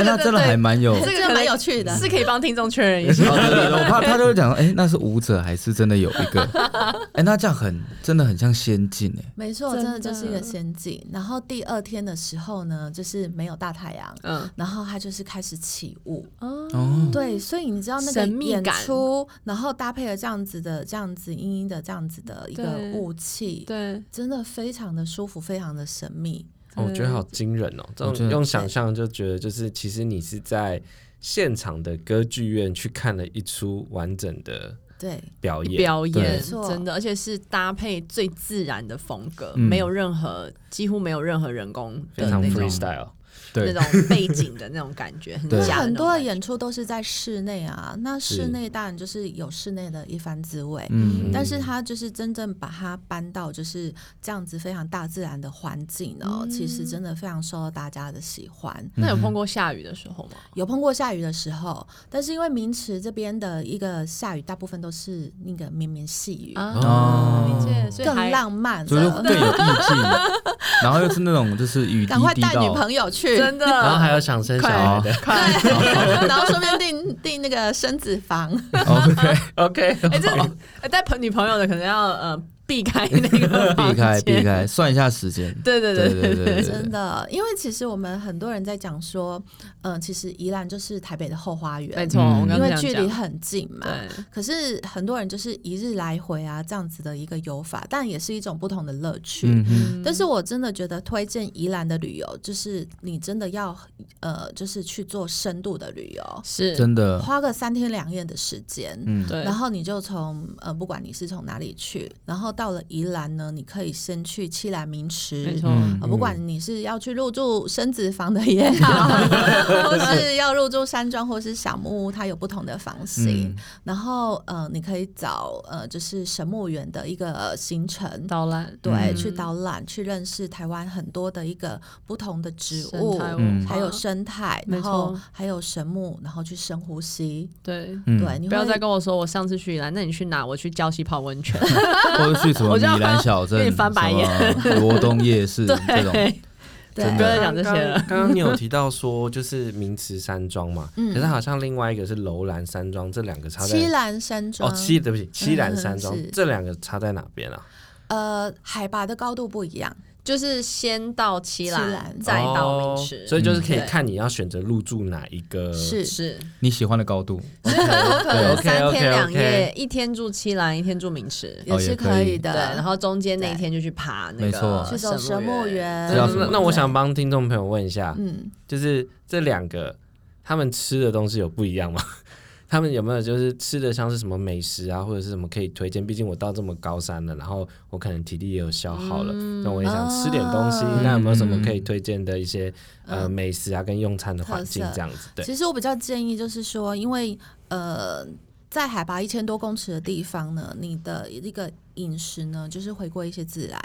Speaker 3: 那真的还蛮有。
Speaker 4: (laughs) 这个
Speaker 5: 真
Speaker 4: 可
Speaker 5: 的
Speaker 4: 能
Speaker 5: 蛮
Speaker 3: (laughs)。
Speaker 5: 有趣的。
Speaker 4: 是可以帮听众确认一下
Speaker 3: 哦对对对我怕他就会讲，哎，那是舞者还是真的有一个？哎，那这样很真的很像仙境哎。
Speaker 5: 没错，
Speaker 4: 真
Speaker 5: 真
Speaker 4: 的
Speaker 5: 的就是一个仙境。然后第二天的时候呢，就是没有大太阳，
Speaker 4: 嗯，
Speaker 5: 然后它就是开始起雾。
Speaker 3: 哦，
Speaker 5: 对，所以你知道那个
Speaker 4: 神秘
Speaker 5: 演
Speaker 4: 感
Speaker 5: 出，然后搭配了这样子的、这样子阴阴的、这样子的一个
Speaker 4: 对
Speaker 5: 雾气，
Speaker 4: 对，
Speaker 5: 真的非常的舒服，非常的神秘。
Speaker 1: 哦我觉得好惊人哦！这
Speaker 3: 我觉
Speaker 1: 种
Speaker 3: 得
Speaker 1: 用想象就觉得，就是其实你是在现场的歌剧院去看了一出完整的
Speaker 5: 对，
Speaker 1: 表演，
Speaker 4: 表
Speaker 3: 对
Speaker 4: 演
Speaker 5: 没错
Speaker 4: 真的，而且是搭配最自然的风格，
Speaker 3: 嗯
Speaker 4: 没有任何几乎没有任何人工
Speaker 1: 非
Speaker 4: 的
Speaker 1: 常
Speaker 4: 那种
Speaker 1: freestyle。
Speaker 4: 那
Speaker 3: 对，
Speaker 4: 种背景的那种感觉，很
Speaker 3: 对
Speaker 5: 那
Speaker 4: 假的
Speaker 5: 很
Speaker 4: 那种
Speaker 5: 多的
Speaker 4: 感觉。
Speaker 5: 演出都是在室内啊，那室
Speaker 3: 是
Speaker 5: 内当然就是有室内的一番滋味。
Speaker 3: 嗯
Speaker 5: 但是它就是真正把它搬到就是这样子非常大自然的环境哦，
Speaker 4: 嗯
Speaker 5: 其实真的非常受到大家的喜欢。
Speaker 4: 那
Speaker 3: 嗯
Speaker 4: 有碰过下雨的时候吗？
Speaker 5: 有碰过下雨的时候，但是因为明池这边的一个下雨，大部分都是那个绵绵细雨，
Speaker 3: 哦
Speaker 4: 啊，理解，所以
Speaker 5: 更
Speaker 4: 还
Speaker 5: 浪漫
Speaker 3: 所以就
Speaker 5: 的。
Speaker 3: 更有意
Speaker 4: (laughs)
Speaker 3: 境，然后又是那种就是雨滴
Speaker 5: 赶快
Speaker 3: 滴
Speaker 5: 带女
Speaker 3: 到，
Speaker 5: 朋友去，
Speaker 4: 真 (laughs) 的，
Speaker 1: 然后还有想生小孩的
Speaker 5: 对， (laughs) 然后顺便订订那个生子房。
Speaker 3: OK，
Speaker 1: ，OK，
Speaker 4: 哎，这种哎带朋女朋友的可能要呃避开那个
Speaker 3: 避开
Speaker 4: 房间
Speaker 3: 避，开，算一下时间。
Speaker 4: 对对
Speaker 3: 对
Speaker 4: 对
Speaker 3: 对对
Speaker 5: 真
Speaker 3: 对，
Speaker 5: 的，因为其实我们很多人在讲说，嗯、其实宜兰就是台北的后花园，
Speaker 4: 没错，
Speaker 3: 嗯
Speaker 4: 我刚
Speaker 5: 因
Speaker 4: 刚
Speaker 5: 为
Speaker 4: 想
Speaker 5: 距
Speaker 4: 讲
Speaker 5: 离很近嘛。
Speaker 4: 对，
Speaker 5: 可是很多人就是一日来回啊，这样子的一个游法，但也是一种不同的乐趣。
Speaker 3: 嗯哼，
Speaker 5: 但是我真的觉得推荐宜兰的旅游，就是你真的要呃，就是去做深度的旅游，
Speaker 4: 是，
Speaker 3: 真的，
Speaker 5: 花个三天两夜的时间。
Speaker 3: 嗯，
Speaker 4: 对，
Speaker 5: 然后你就从呃，不管你是从哪里去，然后到了宜兰呢，你可以先去七兰名
Speaker 4: 没
Speaker 5: 池。
Speaker 4: 错，
Speaker 3: 嗯
Speaker 5: 呃，不管你是要去入住生子房的也
Speaker 3: (laughs)
Speaker 5: 好，或是要入住山庄或是小木屋，它有不同的房型。
Speaker 3: 嗯
Speaker 5: 然后呃，你可以找呃，就是神木园的一个行程，
Speaker 4: 导览
Speaker 5: 对，
Speaker 3: 嗯
Speaker 5: 去导览，去认识台湾很多的一个不同的植
Speaker 4: 生
Speaker 5: 物，
Speaker 4: 态文
Speaker 3: 嗯
Speaker 4: 化
Speaker 5: 还有生态，
Speaker 4: 没
Speaker 5: 然后
Speaker 4: 错
Speaker 5: 还有神木，然后去深呼吸。
Speaker 4: 对。
Speaker 3: 嗯
Speaker 5: 对，你
Speaker 4: 不要
Speaker 5: 会
Speaker 4: 再跟我说我上次去宜兰，那你去哪？我去礁溪泡温泉。
Speaker 3: 嗯或者去什么
Speaker 4: 我
Speaker 3: 米
Speaker 4: 就要
Speaker 3: 兰小
Speaker 4: 跟
Speaker 3: 镇、
Speaker 4: 你翻白眼
Speaker 3: 什么罗东夜市这种，
Speaker 4: 对，
Speaker 5: 对啊
Speaker 3: 真
Speaker 4: 不要
Speaker 3: 的
Speaker 4: 再讲这些了。
Speaker 1: 刚刚你有提到说，就是名池山庄嘛，
Speaker 5: 嗯
Speaker 1: 可是好像另外一个是楼兰山庄，这两个差在
Speaker 5: 七兰山庄
Speaker 1: 哦，七对不起，七兰山庄、
Speaker 5: 是
Speaker 1: 这两个差在哪边啊？
Speaker 5: 呃海拔的高度不一样，
Speaker 4: 就是先到七
Speaker 5: 兰
Speaker 4: 兰，再到明池，
Speaker 1: 哦所以就是可以
Speaker 4: 嗯
Speaker 1: 看你要选择入住哪一个。
Speaker 5: 是
Speaker 4: 是，
Speaker 3: 你喜欢的高度，
Speaker 1: 哦
Speaker 4: 所以我可能
Speaker 1: OK，OK，OK
Speaker 4: 三天两夜，一天住七兰，一天住明池，
Speaker 5: 也
Speaker 3: 哦也
Speaker 5: 是
Speaker 3: 可
Speaker 5: 可
Speaker 3: 以
Speaker 5: 以的。
Speaker 4: 对，然后中间那一
Speaker 5: 对
Speaker 4: 天就去爬那
Speaker 3: 没
Speaker 4: 个
Speaker 3: 错
Speaker 5: 去走神木园，
Speaker 3: 这叫
Speaker 1: 那
Speaker 3: 什么
Speaker 1: 那那我想帮听众朋友问一下，
Speaker 5: 嗯，
Speaker 1: 就是这两个他们吃的东西有不一样吗？ (laughs) 他们有没有就是吃的像是什么美食啊，或者是什么可以推荐？毕竟我到这么高山了，然后我可能体力也有消耗了，那、我也想吃点东西。
Speaker 5: 啊
Speaker 1: 那有没有什么可以推荐的一些、呃
Speaker 5: 嗯
Speaker 1: 美食啊，跟用餐的环境
Speaker 5: 特色
Speaker 1: 这样子？对，
Speaker 5: 其实我比较建议就是说，因为呃，在海拔一千多公尺的地方呢，你的一个饮食呢，就是回归一些自然。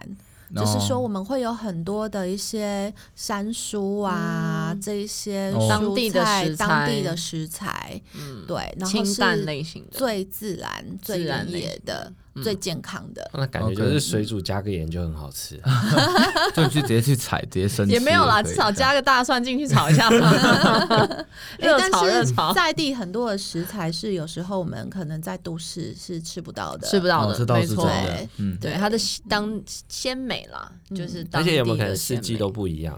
Speaker 3: 哦
Speaker 5: 就是说，我们会有很多的一些山蔬啊，这一些
Speaker 3: 哦
Speaker 5: 蔬菜
Speaker 4: 嗯当地的食材
Speaker 5: 当地的食材，
Speaker 4: 嗯，
Speaker 5: 对，然后
Speaker 4: 清淡
Speaker 5: 是
Speaker 4: 类型的，
Speaker 5: 最自然、最
Speaker 4: 自然
Speaker 5: 原
Speaker 4: 类
Speaker 5: 野的、
Speaker 4: 嗯
Speaker 5: 最健康的。
Speaker 1: 那感觉就是水煮加个盐就很好吃、啊
Speaker 3: 哦就去直接去踩，直接生吃
Speaker 4: 也没有啦，
Speaker 3: 就可以
Speaker 4: 至少加个大蒜进去炒一下 (laughs) 嘛，
Speaker 5: 哎
Speaker 4: 热炒热
Speaker 5: 但是
Speaker 4: 炒，
Speaker 5: 在地很多的食材是有时候我们可能在都市是吃不到
Speaker 4: (laughs)
Speaker 5: 的，
Speaker 4: 吃不到
Speaker 3: 哦这
Speaker 4: 的，
Speaker 3: 倒
Speaker 4: 没
Speaker 3: 是真
Speaker 4: 错，
Speaker 3: 的，嗯，
Speaker 4: 对它的当鲜美啦，
Speaker 5: 嗯
Speaker 4: 就是
Speaker 1: 而
Speaker 4: 当地
Speaker 1: 且
Speaker 4: 的
Speaker 1: 有没有可能四
Speaker 4: 鲜
Speaker 1: 季
Speaker 4: 美
Speaker 1: 都不一样？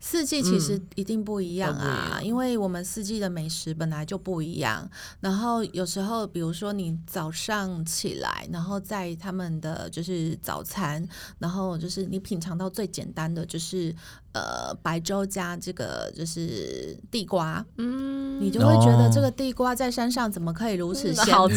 Speaker 5: 四季其实一定不一样
Speaker 4: 嗯都不一
Speaker 5: 啊，
Speaker 4: 样
Speaker 5: 因为我们四季的美食本来就不一样。然后有时候，比如说你早上起来，然后在他们的就是呃早餐，然后就是你品尝到最简单的就是呃白粥加这个就是地瓜，嗯，你就会觉得
Speaker 3: 哦
Speaker 5: 这个地瓜在山上怎么可以如此
Speaker 4: 嗯
Speaker 5: 鲜
Speaker 4: 好
Speaker 5: 美？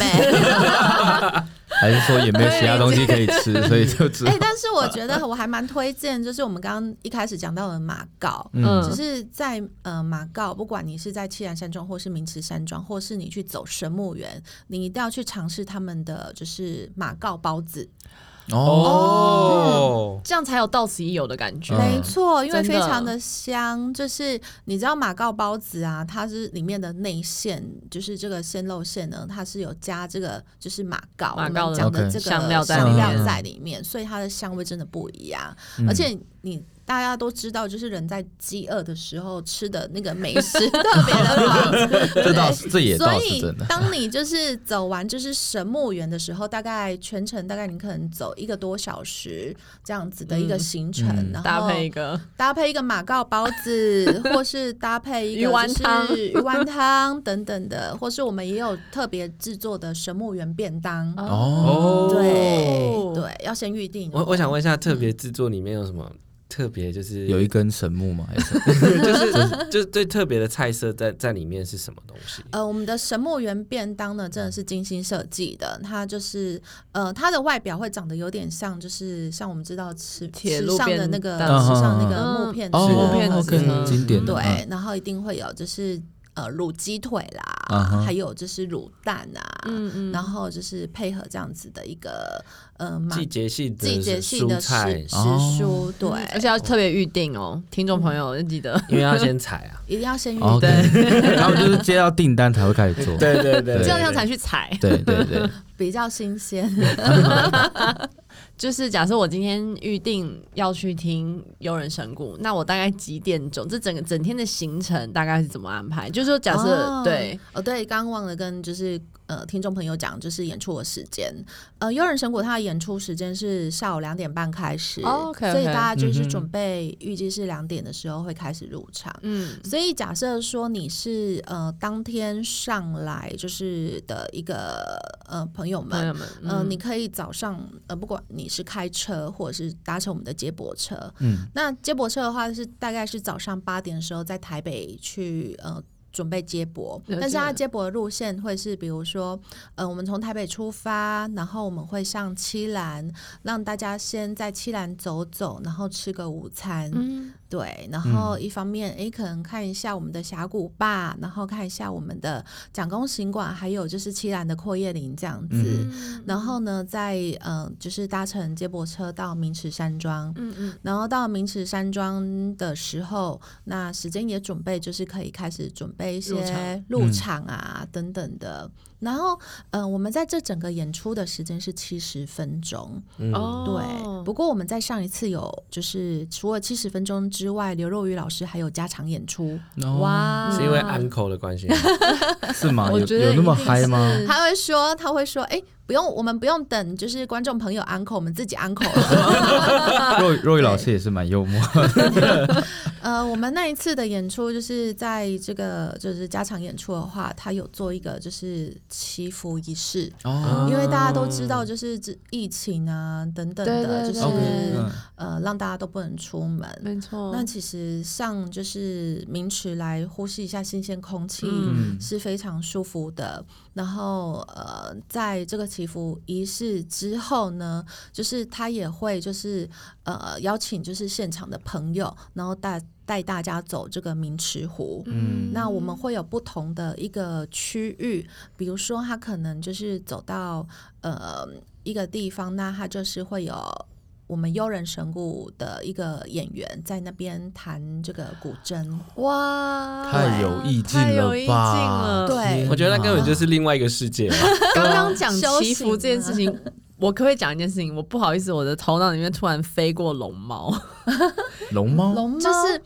Speaker 4: (laughs)
Speaker 5: (laughs)
Speaker 3: 还是说也没有其他东西可以吃，所以就只
Speaker 5: 哎、但是我觉得我还蛮推荐，就是我们刚刚一开始讲到的马告，
Speaker 4: 嗯
Speaker 5: 只是在呃马告，不管你是在七然山庄，或是明池山庄，或是你去走神木园，你一定要去尝试他们的就是马告包子。
Speaker 1: 哦，
Speaker 4: 这样才有到此一游的感觉。
Speaker 3: 嗯
Speaker 5: 没错，因为
Speaker 4: 真
Speaker 5: 非
Speaker 4: 的
Speaker 5: 常的香，就是你知道马告包子啊，它是里面的内馅，就是这个鲜肉馅呢，它是有加这个就是马告，
Speaker 4: 马
Speaker 5: 我
Speaker 4: 告
Speaker 5: 们
Speaker 4: 的
Speaker 5: 讲的
Speaker 3: OK
Speaker 5: 这个
Speaker 4: 香料在
Speaker 5: 香
Speaker 3: 里
Speaker 5: 料
Speaker 3: 面
Speaker 5: 在里面，所以它的香味真的不一样。
Speaker 3: 嗯
Speaker 5: 而且你大家都知道，就是人在饥饿的时候吃的那个美
Speaker 4: (laughs)
Speaker 5: 食特别的好，
Speaker 3: 这倒是这也
Speaker 5: 所
Speaker 3: 倒是
Speaker 5: 以
Speaker 3: 真的，
Speaker 5: 当你就是走完就是神木园的时候，大概全程大概你可能走一个多小时这样子的一个行程，
Speaker 3: 嗯
Speaker 5: 然后
Speaker 4: 搭配一个
Speaker 5: 搭配一个马告包子，或是搭配一个
Speaker 4: 鱼丸汤
Speaker 5: 就是鱼丸汤等等的，或是我们也有特别制作的神木园便当。
Speaker 3: 哦
Speaker 5: 对对，要先预定哦、
Speaker 1: 我我想问一下，特别制作里面有什么特别？就是
Speaker 3: 有一根神木嘛，还是
Speaker 1: (laughs) 就是就是最特别的菜色在在里面是什么东西？
Speaker 5: 呃，我们的神木园便当呢，真的是精心设计的。它就是呃，它的外表会长得有点像，就是像我们知道吃
Speaker 4: 铁
Speaker 5: 吃
Speaker 4: 路
Speaker 5: 上的
Speaker 4: 便
Speaker 5: 那个
Speaker 4: 当
Speaker 5: 吃上那
Speaker 4: 嗯
Speaker 5: 个木片
Speaker 3: (laughs) 哦
Speaker 5: 吃的
Speaker 1: 木
Speaker 4: 片嗯
Speaker 5: 盒
Speaker 4: 子
Speaker 5: 子
Speaker 3: OK，经典的
Speaker 5: 对，然后一定会有就是呃卤鸡腿啦，
Speaker 3: 嗯哼
Speaker 5: 还有就是卤蛋啊，
Speaker 4: 啊嗯
Speaker 5: 然后就是配合这样子的一个呃马
Speaker 1: 季节性的
Speaker 5: 季节性
Speaker 1: 蔬
Speaker 5: 的食
Speaker 1: 菜，
Speaker 5: 食
Speaker 3: 哦
Speaker 5: 蔬，对，
Speaker 4: 嗯而且要特别预定哦，听众朋友要记得。
Speaker 1: 因为要先采啊。
Speaker 5: 一定要先预
Speaker 3: 哦
Speaker 5: 定。
Speaker 3: (laughs) ，OK，他们就是接到订单才会开始做，
Speaker 1: 对对对
Speaker 3: (laughs) 对
Speaker 4: 这样才去采。
Speaker 3: 对对 (laughs) 对，
Speaker 5: 比较新鲜，
Speaker 4: 就是假设我今天预定要去听悠人神谷，那我大概几点钟？这整个整天的行程大概是怎么安排？就是说假设、
Speaker 5: 哦
Speaker 4: 对，
Speaker 5: 哦，对，刚刚忘了跟就是呃听众朋友讲，就是演出的时间。呃，悠人神谷它的演出时间是下午两点半开始、
Speaker 4: 哦，OK，OK
Speaker 5: 所以大家就
Speaker 3: 嗯
Speaker 5: 是
Speaker 3: 哼
Speaker 5: 准备预计是两点的时候会开始入场。
Speaker 4: 嗯，
Speaker 5: 所以假设说你是呃当天上来就是的一个呃朋友
Speaker 4: 朋
Speaker 5: 们，
Speaker 4: 友们，
Speaker 5: 呃，你可以早上呃不管你是开车或者是搭乘我们的接驳车，
Speaker 3: 嗯，
Speaker 5: 那接驳车的话是大概是早上八点的时候在台北去呃准备接驳，
Speaker 4: 了解
Speaker 5: 但是它接驳的路线会是，比如说，呃，我们从台北出发，然后我们会上七兰，让大家先在七兰走走，然后吃个午餐，
Speaker 4: 嗯，
Speaker 5: 对，然后一方面，诶，可能看一下我们的峡谷坝，然后看一下我们的蒋公行馆，还有就是七兰的阔叶林这样
Speaker 4: 嗯
Speaker 5: 子。然后呢，再嗯、呃就是搭乘接驳车到明池山庄。
Speaker 4: 嗯嗯，
Speaker 5: 然后到明池山庄的时候，那时间也准备就是可以开始准备一
Speaker 4: 入
Speaker 5: 些
Speaker 4: 场
Speaker 5: 入场啊、等等的。然后，嗯、我们在这整个演出的时间是七十分钟，
Speaker 1: 嗯，
Speaker 4: 哦，
Speaker 5: 对，不过我们在上一次有，就是除了七十分钟之外，刘若雨老师还有加场演出，
Speaker 4: 嗯
Speaker 3: 哦，
Speaker 4: 哇，
Speaker 1: 是因为
Speaker 5: 啊
Speaker 1: uncle 的关系吗， (laughs)
Speaker 3: 是吗？有
Speaker 4: 我觉得
Speaker 3: 有那么
Speaker 4: 一定
Speaker 3: 嗨吗？
Speaker 4: 是
Speaker 5: 他会说，他会说，哎、不用，我们不用等，就是观众朋友 uncle，我们自己 uncle
Speaker 4: (laughs)
Speaker 5: 了。
Speaker 3: 若若雨老师也是蛮幽默，
Speaker 5: 呃，我们那一次的演出，就是在这个就是加场演出的话，他有做一个就是祈福仪式，
Speaker 3: 哦
Speaker 5: 因为大家都知道，就是这疫情啊等等
Speaker 4: 对对
Speaker 5: 的，就是
Speaker 4: 对
Speaker 3: OK，嗯
Speaker 5: 呃，让大家都不能出门，
Speaker 4: 没错，
Speaker 5: 那其实上就是名池来呼吸一下新鲜空气
Speaker 4: 嗯
Speaker 5: 是非常舒服的。然后呃，在这个祈福仪式之后呢，就是他也会就是呃邀请就是现场的朋友，然后带带大家走这个名池湖。
Speaker 3: 嗯
Speaker 5: 那我们会有不同的一个区域，比如说他可能就是走到呃一个地方，那他就是会有我们悠人神鼓的一个演员在那边弹这个古筝。
Speaker 4: 哇，
Speaker 3: 太有意境
Speaker 4: 太
Speaker 3: 了
Speaker 4: 有意境
Speaker 3: 吧
Speaker 4: 了
Speaker 5: 对
Speaker 3: 天哪
Speaker 1: 我觉得那根本就是另外一个世界吧。
Speaker 4: 刚刚讲
Speaker 5: 修
Speaker 4: 祈福
Speaker 5: 行
Speaker 4: 这件事情，我可不可以讲一件事情？我不好意思，我的头脑里面突然飞过龙猫，
Speaker 3: 龙猫，
Speaker 5: 龙猫
Speaker 4: 就是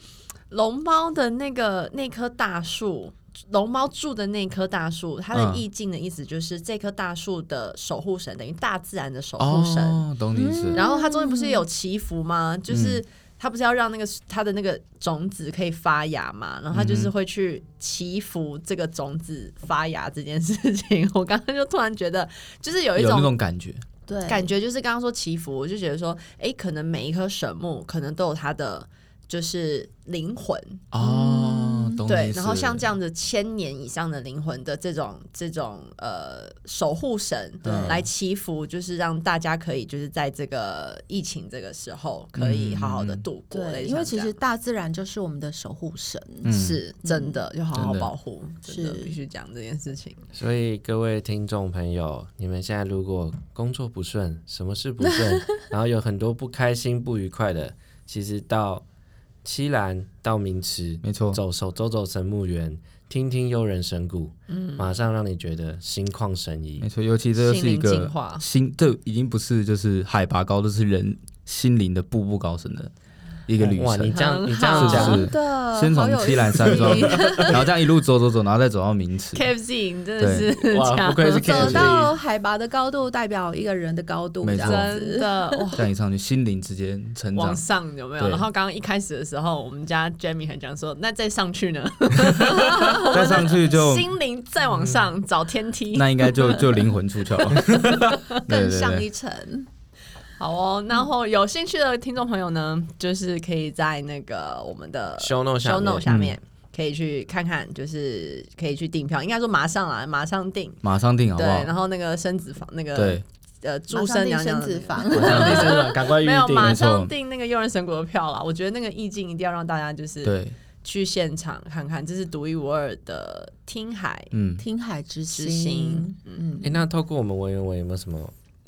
Speaker 4: 龙猫的那个那棵大树。龙猫住的那棵大树，它的
Speaker 3: 嗯
Speaker 4: 意境的意思就是这棵大树的守护神，等于大自然的守护神。嗯
Speaker 3: 哦，懂你意思。
Speaker 4: 然后它中间不是有祈福吗？
Speaker 3: 嗯
Speaker 4: 就是它不是要让那个它的那个种子可以发芽嘛？然后它
Speaker 3: 嗯
Speaker 4: 就是会去祈福这个种子发芽这件事情。 (laughs) 我刚刚就突然觉得，就是有一
Speaker 3: 有
Speaker 4: 种
Speaker 3: 那种感觉，
Speaker 5: 对
Speaker 4: 感觉就是刚刚说祈福，我就觉得说，哎，可能每一棵神木可能都有它的就是灵魂，
Speaker 3: 哦，懂你
Speaker 4: 对
Speaker 3: 意。思。
Speaker 4: 然后像这样子千年以上的灵魂的这种这种呃守护神
Speaker 3: 对
Speaker 4: 来祈福，就是让大家可以就是在这个疫情这个时候可以好好的
Speaker 3: 嗯
Speaker 4: 度过。类
Speaker 5: 对，
Speaker 4: 似
Speaker 5: 因为
Speaker 4: 像这
Speaker 5: 其
Speaker 4: 样
Speaker 5: 实大自然就是我们的守护神。
Speaker 3: 嗯
Speaker 4: 是真的，就好好
Speaker 3: 真的
Speaker 4: 保护，真的
Speaker 5: 是
Speaker 4: 必须讲这件事情。
Speaker 1: (laughs) 所以各位听众朋友，你们现在如果工作不顺，什么事不顺，然后有很多不开心、不愉快的，其实到七兰、到明池，
Speaker 3: 没错，
Speaker 1: 走手走走神木园，听听悠人神鼓，
Speaker 5: 嗯
Speaker 1: 马上让你觉得心旷神怡
Speaker 3: 没。错，尤其这就是一
Speaker 4: 心灵净
Speaker 3: 个
Speaker 4: 化
Speaker 3: 心，这已经不是就是海拔高，这是人心灵的步步高升的一
Speaker 1: 一
Speaker 3: 个旅
Speaker 1: 哇，你
Speaker 3: 程。
Speaker 1: 这样
Speaker 4: 很
Speaker 1: 你这样
Speaker 3: 好
Speaker 1: 讲
Speaker 3: 是，
Speaker 4: 呃
Speaker 5: 的
Speaker 3: 先从七兰山
Speaker 4: (laughs)
Speaker 3: 庄，
Speaker 5: 好
Speaker 3: (laughs)
Speaker 5: 有意思
Speaker 3: 然后这样一路走走走，然后再走到名池。
Speaker 4: KFC 你真的
Speaker 3: 对
Speaker 4: 是
Speaker 1: 哇，不愧是
Speaker 5: 走
Speaker 1: K
Speaker 5: 到海拔的高度，代表一个人的高度，
Speaker 3: 没
Speaker 5: 这样
Speaker 3: 错
Speaker 5: 子
Speaker 4: 真
Speaker 3: (laughs)
Speaker 4: 的哇。
Speaker 3: 这样一上去，心灵之间成
Speaker 4: 往
Speaker 3: 长。
Speaker 4: 上有没有？
Speaker 3: 对
Speaker 4: 然后刚刚一开始的时候，我们家 Jamie 还讲说，那再上去呢？
Speaker 3: 再上去就嗯
Speaker 4: 心灵再往上找天梯。
Speaker 3: 那应该就就灵魂出
Speaker 4: (laughs)
Speaker 3: 窍了，对
Speaker 5: 更
Speaker 3: 对
Speaker 5: 上
Speaker 3: 对
Speaker 5: 一层。
Speaker 4: 好哦，然后有兴趣的听众朋友呢，就是可以在那个我们的
Speaker 1: show no 下
Speaker 4: show
Speaker 1: 面
Speaker 4: note 下面。可以去看看，就是可以去订票，应该说马上啦，马上订。
Speaker 3: 马上定好不
Speaker 4: 对，
Speaker 3: 好？
Speaker 4: 然后那个生子房，那个
Speaker 3: 对，
Speaker 4: 呃，祝生娘娘
Speaker 5: 生
Speaker 4: 的
Speaker 5: 子
Speaker 4: 那个
Speaker 3: (laughs)
Speaker 5: 房，
Speaker 1: 马上立正了赶快预
Speaker 4: 没有
Speaker 1: 定。
Speaker 4: 马
Speaker 3: 没错
Speaker 4: 上订那个诱人神国的票啦。我觉得那个意境一定要让大家就是
Speaker 3: 对，
Speaker 4: 去现场看看，这是独一无二的听海
Speaker 3: 嗯，
Speaker 5: 听海之
Speaker 4: 之心
Speaker 5: 心，。嗯，
Speaker 1: 哎，那透过我们文言文有没有什么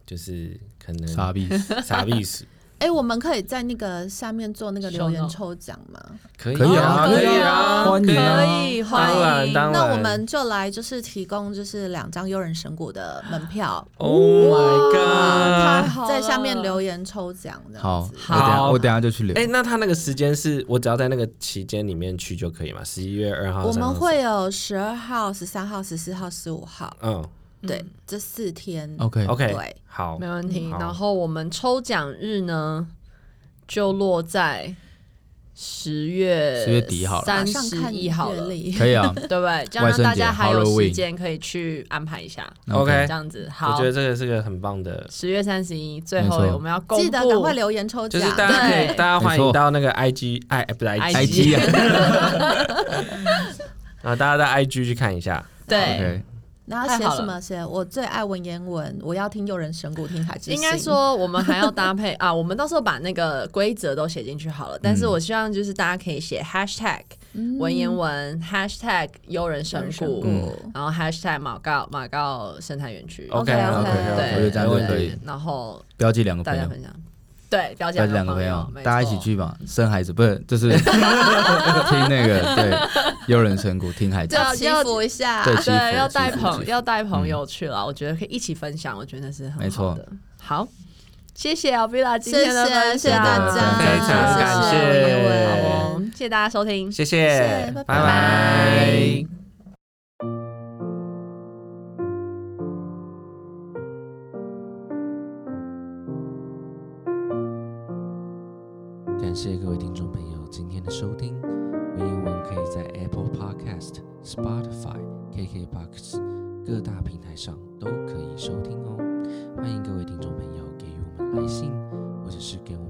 Speaker 1: 就是可能
Speaker 3: 傻逼，
Speaker 1: 傻逼死？
Speaker 5: 哎、我们可以在那个下面做那个留言抽奖吗？
Speaker 1: 可
Speaker 3: 可以啊，
Speaker 4: 哦
Speaker 5: 可以啊
Speaker 3: 欢迎
Speaker 4: 可
Speaker 3: 啊，
Speaker 4: 以，欢
Speaker 1: 当然
Speaker 4: 迎。
Speaker 1: 当然，
Speaker 5: 那我们就来就是提供就是两张悠人神谷的门票，
Speaker 1: Oh my
Speaker 4: 哇
Speaker 1: god！
Speaker 4: 太好啊了
Speaker 5: 在下面留言抽奖这
Speaker 4: (laughs)
Speaker 3: 好，我
Speaker 5: 样子。
Speaker 3: 等下
Speaker 1: 好
Speaker 3: 我等下就去留
Speaker 1: 哎、，那他那个时间是我只要在那个期间里面去就可以吗？十一月二号，
Speaker 5: 我
Speaker 1: 3号
Speaker 5: 们会有十二号、十三号、十四号、十五号，
Speaker 1: 嗯
Speaker 5: 对，这四天。
Speaker 3: OK，
Speaker 1: ，OK，
Speaker 5: 对
Speaker 1: 好
Speaker 3: 哦
Speaker 4: 没，问
Speaker 3: 嗯
Speaker 4: 题。
Speaker 1: 好
Speaker 4: 然后我们抽奖日呢，就落在十月
Speaker 3: 10月底好了
Speaker 5: 马
Speaker 4: 三
Speaker 5: 上
Speaker 4: 十
Speaker 5: 看
Speaker 4: 一号
Speaker 5: 月
Speaker 4: 了，
Speaker 5: 历。
Speaker 3: 可以啊
Speaker 4: 对不对？这样
Speaker 3: 万圣
Speaker 4: 让大
Speaker 3: 节
Speaker 4: 家还有
Speaker 3: Halloween
Speaker 4: 时间可以去安排一下，
Speaker 1: OK
Speaker 3: 哎
Speaker 4: 这样子
Speaker 1: 我
Speaker 4: 好
Speaker 1: 觉。得这个是个很棒的，
Speaker 4: 十月三十一，最
Speaker 3: 没
Speaker 4: 后
Speaker 3: 错
Speaker 4: 我们要公布，
Speaker 5: (laughs) 记得赶快留言抽
Speaker 1: 就
Speaker 5: 奖，
Speaker 1: 是大家可以，
Speaker 4: 对
Speaker 1: 大家欢
Speaker 3: 没
Speaker 1: 迎
Speaker 3: 错啊
Speaker 1: 到那个 IG，哎，不是
Speaker 4: IG
Speaker 1: IG，
Speaker 3: ，IG 啊，
Speaker 1: 啊，大家在 IG 去看一下。
Speaker 4: 对，
Speaker 3: OK，
Speaker 5: 然后
Speaker 4: 太
Speaker 5: 写
Speaker 4: 好
Speaker 5: 什
Speaker 4: 了
Speaker 5: 么写？我最爱文言文，我要听诱人神谷听海之
Speaker 4: 应该
Speaker 5: 心
Speaker 4: 说我们还要搭配 (laughs) 啊，我们到时候把那个规则都写进去好了。但
Speaker 3: 嗯
Speaker 4: 是我希望就是大家可以写 hashtag 文言文、hashtag 悠人神谷，
Speaker 5: 嗯
Speaker 4: 然后 hashtag 马告马告生态园区。
Speaker 1: OK
Speaker 5: OK，OK，
Speaker 1: OK，
Speaker 4: 对，
Speaker 3: 我觉得这样就
Speaker 1: 没问题
Speaker 3: 可以。
Speaker 4: 然后
Speaker 3: 标记两个
Speaker 4: 大
Speaker 3: 朋
Speaker 4: 家
Speaker 3: 友，
Speaker 4: 分享，对，表姐
Speaker 3: 标记两个朋友
Speaker 4: 友，，没
Speaker 3: 大家一
Speaker 4: 错
Speaker 3: 起。去吧，生孩子不是就是
Speaker 4: (laughs)
Speaker 3: 听那个对，悠人神谷听海之
Speaker 4: 对啊
Speaker 5: 要祈福一下，
Speaker 3: 对祈
Speaker 4: 对，
Speaker 3: 福
Speaker 4: 要
Speaker 3: 祈
Speaker 4: 带
Speaker 3: 福
Speaker 4: 朋
Speaker 3: 祈福嗯
Speaker 4: 要带朋友去了，我觉得可以一起分享，我觉得是很
Speaker 3: 没
Speaker 4: 好
Speaker 3: 错
Speaker 4: 的。好，谢谢 a l v i l a 今
Speaker 5: 谢
Speaker 4: 天的
Speaker 5: 谢
Speaker 4: 分
Speaker 5: 谢谢
Speaker 4: 享，
Speaker 5: 大家，
Speaker 1: 非常感谢
Speaker 5: 文言文
Speaker 4: 好哦谢谢大家收听，
Speaker 1: 谢
Speaker 5: 谢
Speaker 1: 谢，
Speaker 5: 拜拜
Speaker 1: 拜拜感谢各位听众朋友今天的收听。文言文可以在 Apple Podcast、Spotify、KKBox 各大平台上都可以收听哦。欢迎各位听众朋友给予我们来信，或者是给我们